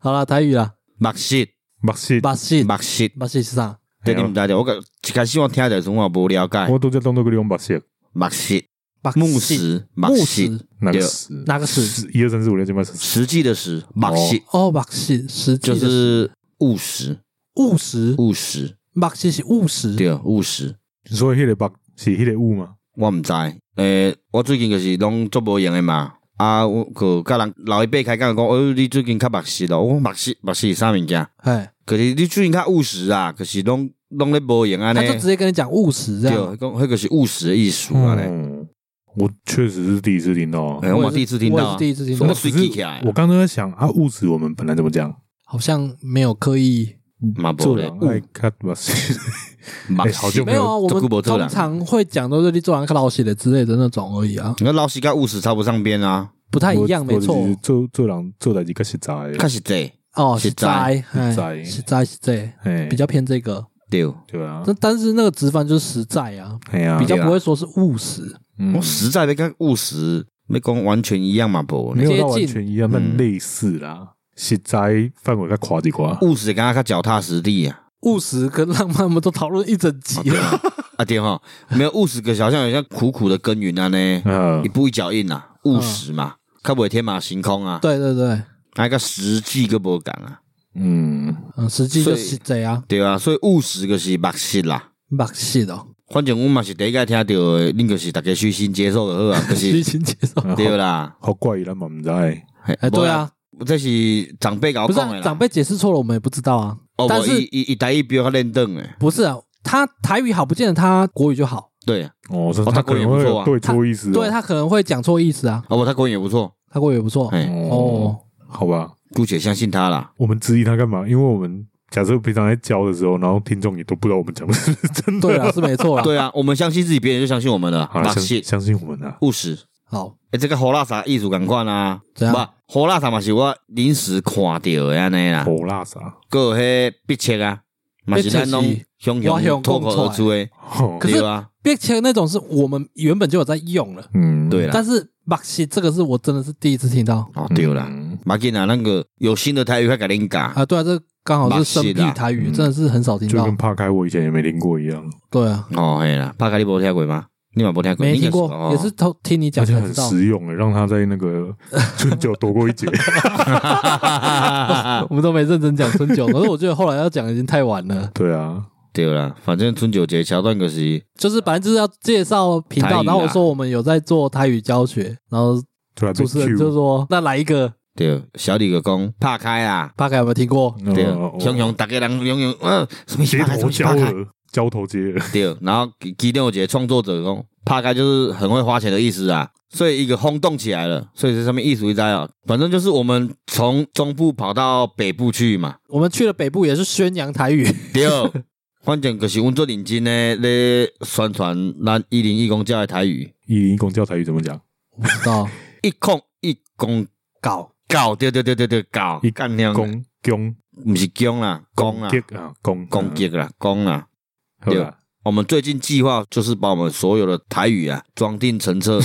好了，台语啦，目视马戏，巴西，目视，巴西是啥？这你毋知着，我个一开始我听着时候我也无了解。我都叫东都格里用马戏，目视，巴目视，目木视，石，哪个对十？哪个石？十一二三四五六七八十。实际的实，目视哦，巴西实际就的是务实，务实，务实，巴西是务实。对，务实。你说迄个目是迄个雾吗？我毋知，诶、我最近就是拢足无闲诶嘛。啊，我个甲人老一辈开讲讲，哦，你最近较目实咯。我哦讲目实，目实是啥物件？哎，可是你最近较务实啊，可是拢拢咧无闲安尼他。就直接跟你讲务实这对，样。讲迄个是务实的意思啊咧。嗯，我确实是第一次听到啊。哎，我我也嘛是第一次听到我也啊是，第一次听什到么，只随是机起来啊？我刚刚在想啊，物质我们本来怎么讲？好像没有刻意嘛做无咧人，爱哎看嘛是，嘛哎好久没有啊，我做久们没做通人常会讲都是你做完老写的之类的那种而已啊，那老师跟务实差不上边啊，不太一样，没错我。就是做做人做代志较实在的，较实际哦，实是在在，哎在是在是在，哎比较偏这个。对，对啊，但但是那个直翻就是实在啊，哎呀比，较嗯对啊不会说是务实。嗯我实在要跟务实要讲完全一样嘛无没咧，有到接完近全一样，但嗯类似啦，实在范围较宽一寡。务实刚刚较脚踏实地啊。务实跟浪漫，我们都讨论一整集了。啊对吼，没有务实，个好像有像苦苦的耕耘啊呢，嗯呃一，步一脚印啊，务实嘛，较袂天马行空啊， 对对对，啊个实际个无共啊，嗯，嗯，实际所就以是这样，对啊，所以务实就是目实啦。目戏的哦，反正阮嘛是第一个听到的，恁就是大家虚心接受就 好啊，就虚是情接受。啊对，啦。好好怪伊咱嘛毋知，嘿哎，对，啊，无啦这是长辈甲我不是讲啊的啦。长辈解释错了，我们也不知道啊。哦，但无是伊伊伊台语比较认真诶，不是啊，他台语好，不见得他国语就好，对，啊哦，所以哦他他可国语能会也不错有啊对错意思哦，对他可能会讲错意思啊。哦不，他国语也不错，他国语也不错，哎，哦，好吧，姑且相信他啦。我们质疑他干嘛？因为我们假设平常在教的时候，然后听众也都不知道我们讲的是不是真的。对啊，是没错啦。 对啊，我们相信自己，别人就相信我们了。好啦，目相实相信我们啊，务实，好，诶，这个胡辣啥艺术感款啊，怎样不，胡辣啥嘛是我临时看到的安尼啦，火辣啥？还有迄笔切啊，嘛是咱拢笔汹我汹向脱口而出的，哦可是对啊，别切那种是我们原本就有在用了，嗯，对啊啦但，是目戏这个是我真的是第一次听到哦对啦，嗯马紧啊，那个有新的台语快给恁讲，啊。对啊，这刚好是生僻目戏啦台语，嗯真的是很少听就到跟。怕开我以前也没听过一样，对啊，哦嘿啦，帕卡你无听过吗？你嘛无听过，没你听应该过，哦也是偷听你而讲且才很知道。实用诶，让他在 那个春酒躲过一劫。哦 我们都没认真讲春酒， 可是我觉得后来要讲已经太晚了。对啊， 对啦，反正春酒节桥段就是就是反正就是要介绍频台道，语然后我啦说我们有在做台语教学，然后突啊然被主持人 cue 就说：“那来一个，对小李个讲拍开啊，大概有没有听过嗯对啊哦，熊熊大家人熊熊，呃，什么意思街拍开什头么意思交拍开，恶，交头接耳。对，然后其其中有一个创作者讲拍开就是很会花钱的意思啊，所以一个轰动起来了，所以是上面艺术一灾啊，反正就是我们从中部跑到北部去嘛，？”我们去了北部也是宣扬台语， 对，反正就是阮做认真呢咧宣传咱一零一公教的台语，一零一公教台语怎么讲？我不知道一控一公搞教，对对对对对教，一干娘的，公公不是公啦，公啦，击啊，公公击啦，公啦。对吧？我们最近计划就是把我们所有的台语啊装订成册，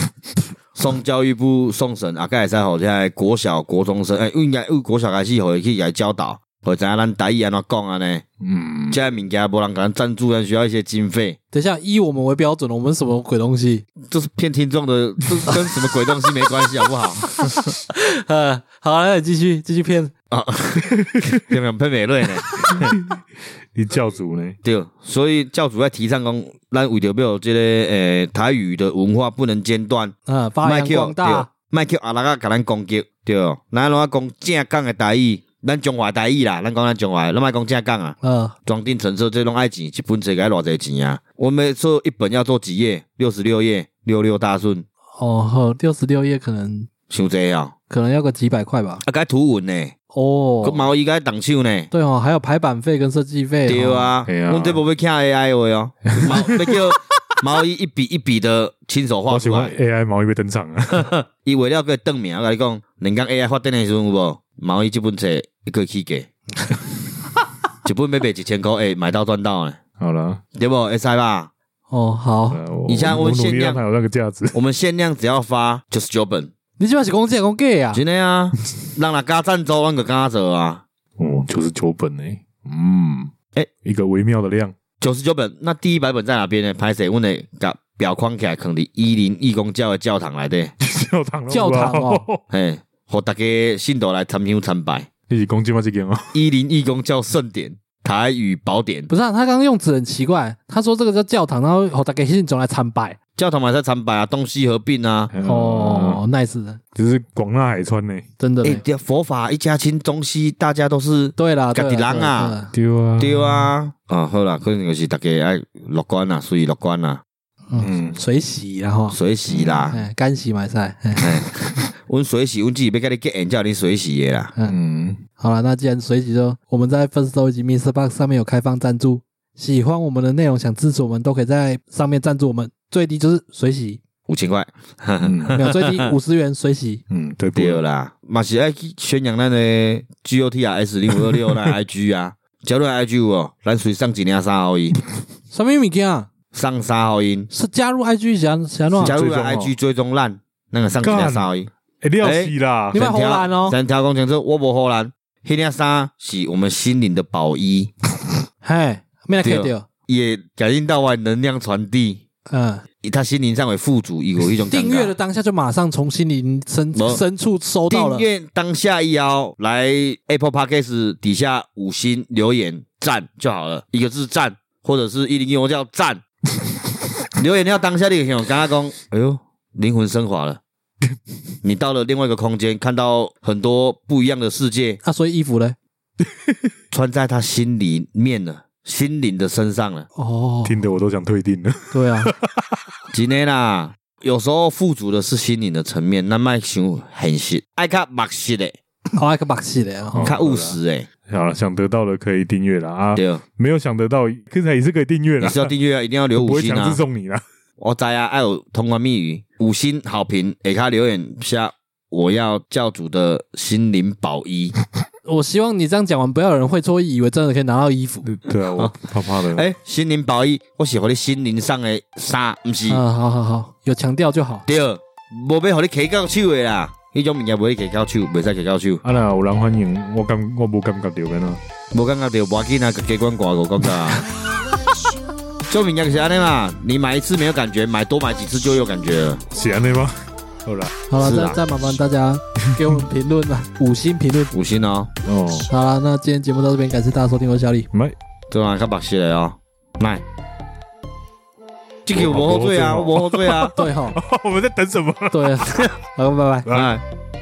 送教育部送审啊，盖才好现在国小国中生，哎、应该由国小开始回去来教导，或者咱台语安怎讲啊呢？嗯，这些物件无人给咱赞助，咱需要一些经费， 等一下以我们为标准，我们什么鬼东西？ 这是骗听众的，这是跟什么鬼东西没关系好不好？呃，好，那你继续继续骗。啊，有没有喷美瑞呢？你教主呢？对，所以教主在提倡讲，咱为着要有这个诶、呃台语的文化不能间断，嗯，发扬光大，莫叫阿拉甲甲咱攻击，对，咱拢啊讲正港的台语，咱中华台语啦，咱讲咱中华的，咱莫讲正港啊。嗯，装订成册这拢爱钱，一本册该偌济钱啊？我们做一本要做几页？六十六页，六六大顺，哦，好，六十六页可能伤济哦。可能要个几百块吧。啊，该图文呢，哦个，毛衣该动手呢。对哦，还有排版费跟设计费。哦对，啊，嘿啊阮这无要看 AI 话哦，毛要叫毛衣一笔一笔的亲手画我喜出欢来。 AI 毛衣被登场 啊！伊为了个邓名，我甲你讲，人工 AI 发展的时阵有无？毛伊即本册一个起价，一本要卖一千块，哎、买到赚到呢，好了，对不？会使吧？哦，好，呃我以前我我努力限让量它有那个价值。我们限量只要发九十九本，你起码是公借公 gay 啊？真的啊！让人家赞助，咱个敢做啊！哦，九十九本呢、嗯，哎一个微妙的 量，九十九本，那第一百本在哪边呢？拍谁？阮会甲表框起来，放伫一零义工教的教堂内底，教堂教堂哦，嘿，互大家信徒来参香参拜。你是公斤吗？这个哦，一零义工教圣典台语宝典，不是啊，他刚刚用词很奇怪，他说这个叫教堂，然后哦，大概信总来参拜。教堂嘛在参拜啊，东西合并啊，哦，，nice 的，嗯，就是广纳海川呢、真的哎、嘞。对啊佛法一家亲，中西大家都是对啦，自对己啦人对啊啦对啦对啊，哦对，啊。啊，好啦，可能就是大家爱乐观啦，所以乐观啦。嗯，水洗然后，水洗啦，哎，干洗买菜，哎，阮水洗，阮自己要甲你结缘，叫你水洗的啦。嗯， 好了，那既然水洗就我们在 First Story 及 Mr. Box 上面有开放赞助，喜欢我们的内容想支持我们，都可以在上面赞助我们，最低就是水洗，五千块，嗯没有最低五十元水 洗，嗯，对不对啦，嘛是爱去宣扬咱的 G O T R S 零五二六那 I G 啊， 交入 I G 哦，咱随送一领三号音，什么物件啊？ 送三号音，是加入 IG 想想弄加加入入了追踪 I G 哦追踪烂，那个送一领三号音。哎，料死啦你，们荷兰哦三条讲清楚，我无荷兰，迄领衫是我们心灵的宝衣，嘿，没来看对哦到，也感应到外能量传递，嗯，他心灵上会富足，有一种感订觉阅的当下就马上从心灵深没深处收到订了，阅当下一摇来 Apple Podcast 底下五星留言赞就好了，一个字赞，或者是一零一我叫赞， 留言要当下的朋友，刚刚讲，哎呦，灵魂升华了。你到了另外一个空间，看到很多不一样的世界，啊，所以衣服嘞，穿在他心里面了，心灵的身上了。哦，听得我都想退 订了。对啊，真的啦，啊有时候富足的是心灵的层面，那卖想现实，爱较目实的，好爱个把戏 嘞，哦哦较务实诶。好了，想得到的可以订阅了啊，对，没有想得到，刚才也是可以订阅你了是，要订阅啊，一定要不留五会星强啊制。送你啦。我知啊，爱有通关密语，五星好评，下卡留言下，我要教主的心灵宝衣。我希望你这样讲完，不要有人会错意，以为真的可以拿到衣服。对对啊，我怕怕的。哎、心灵宝衣，我是互你心灵上的衫，毋是？啊，好好好，有强调就好。对，无要互你揢到手的啦，迄种物件袂揢到手，袂使揢到手。啊那有人欢迎，我感我无感觉到的呢。无感觉着，无要紧啊，给关挂我感觉啊。做名就是安尼嘛，你买一次没有感觉，买多买几次就有感觉了。是安尼吗？好啦，好了，是啊再再麻烦大家给我们评论 吧，五星评论。五星哦，哦，好了，那今天节目到这边，感谢大家收听，我是小李。，没， 对啊，较白色的哦，来，这个我无喝醉啊，我无喝醉啊对哈， 我们在等什么？对啊，好，拜拜。来。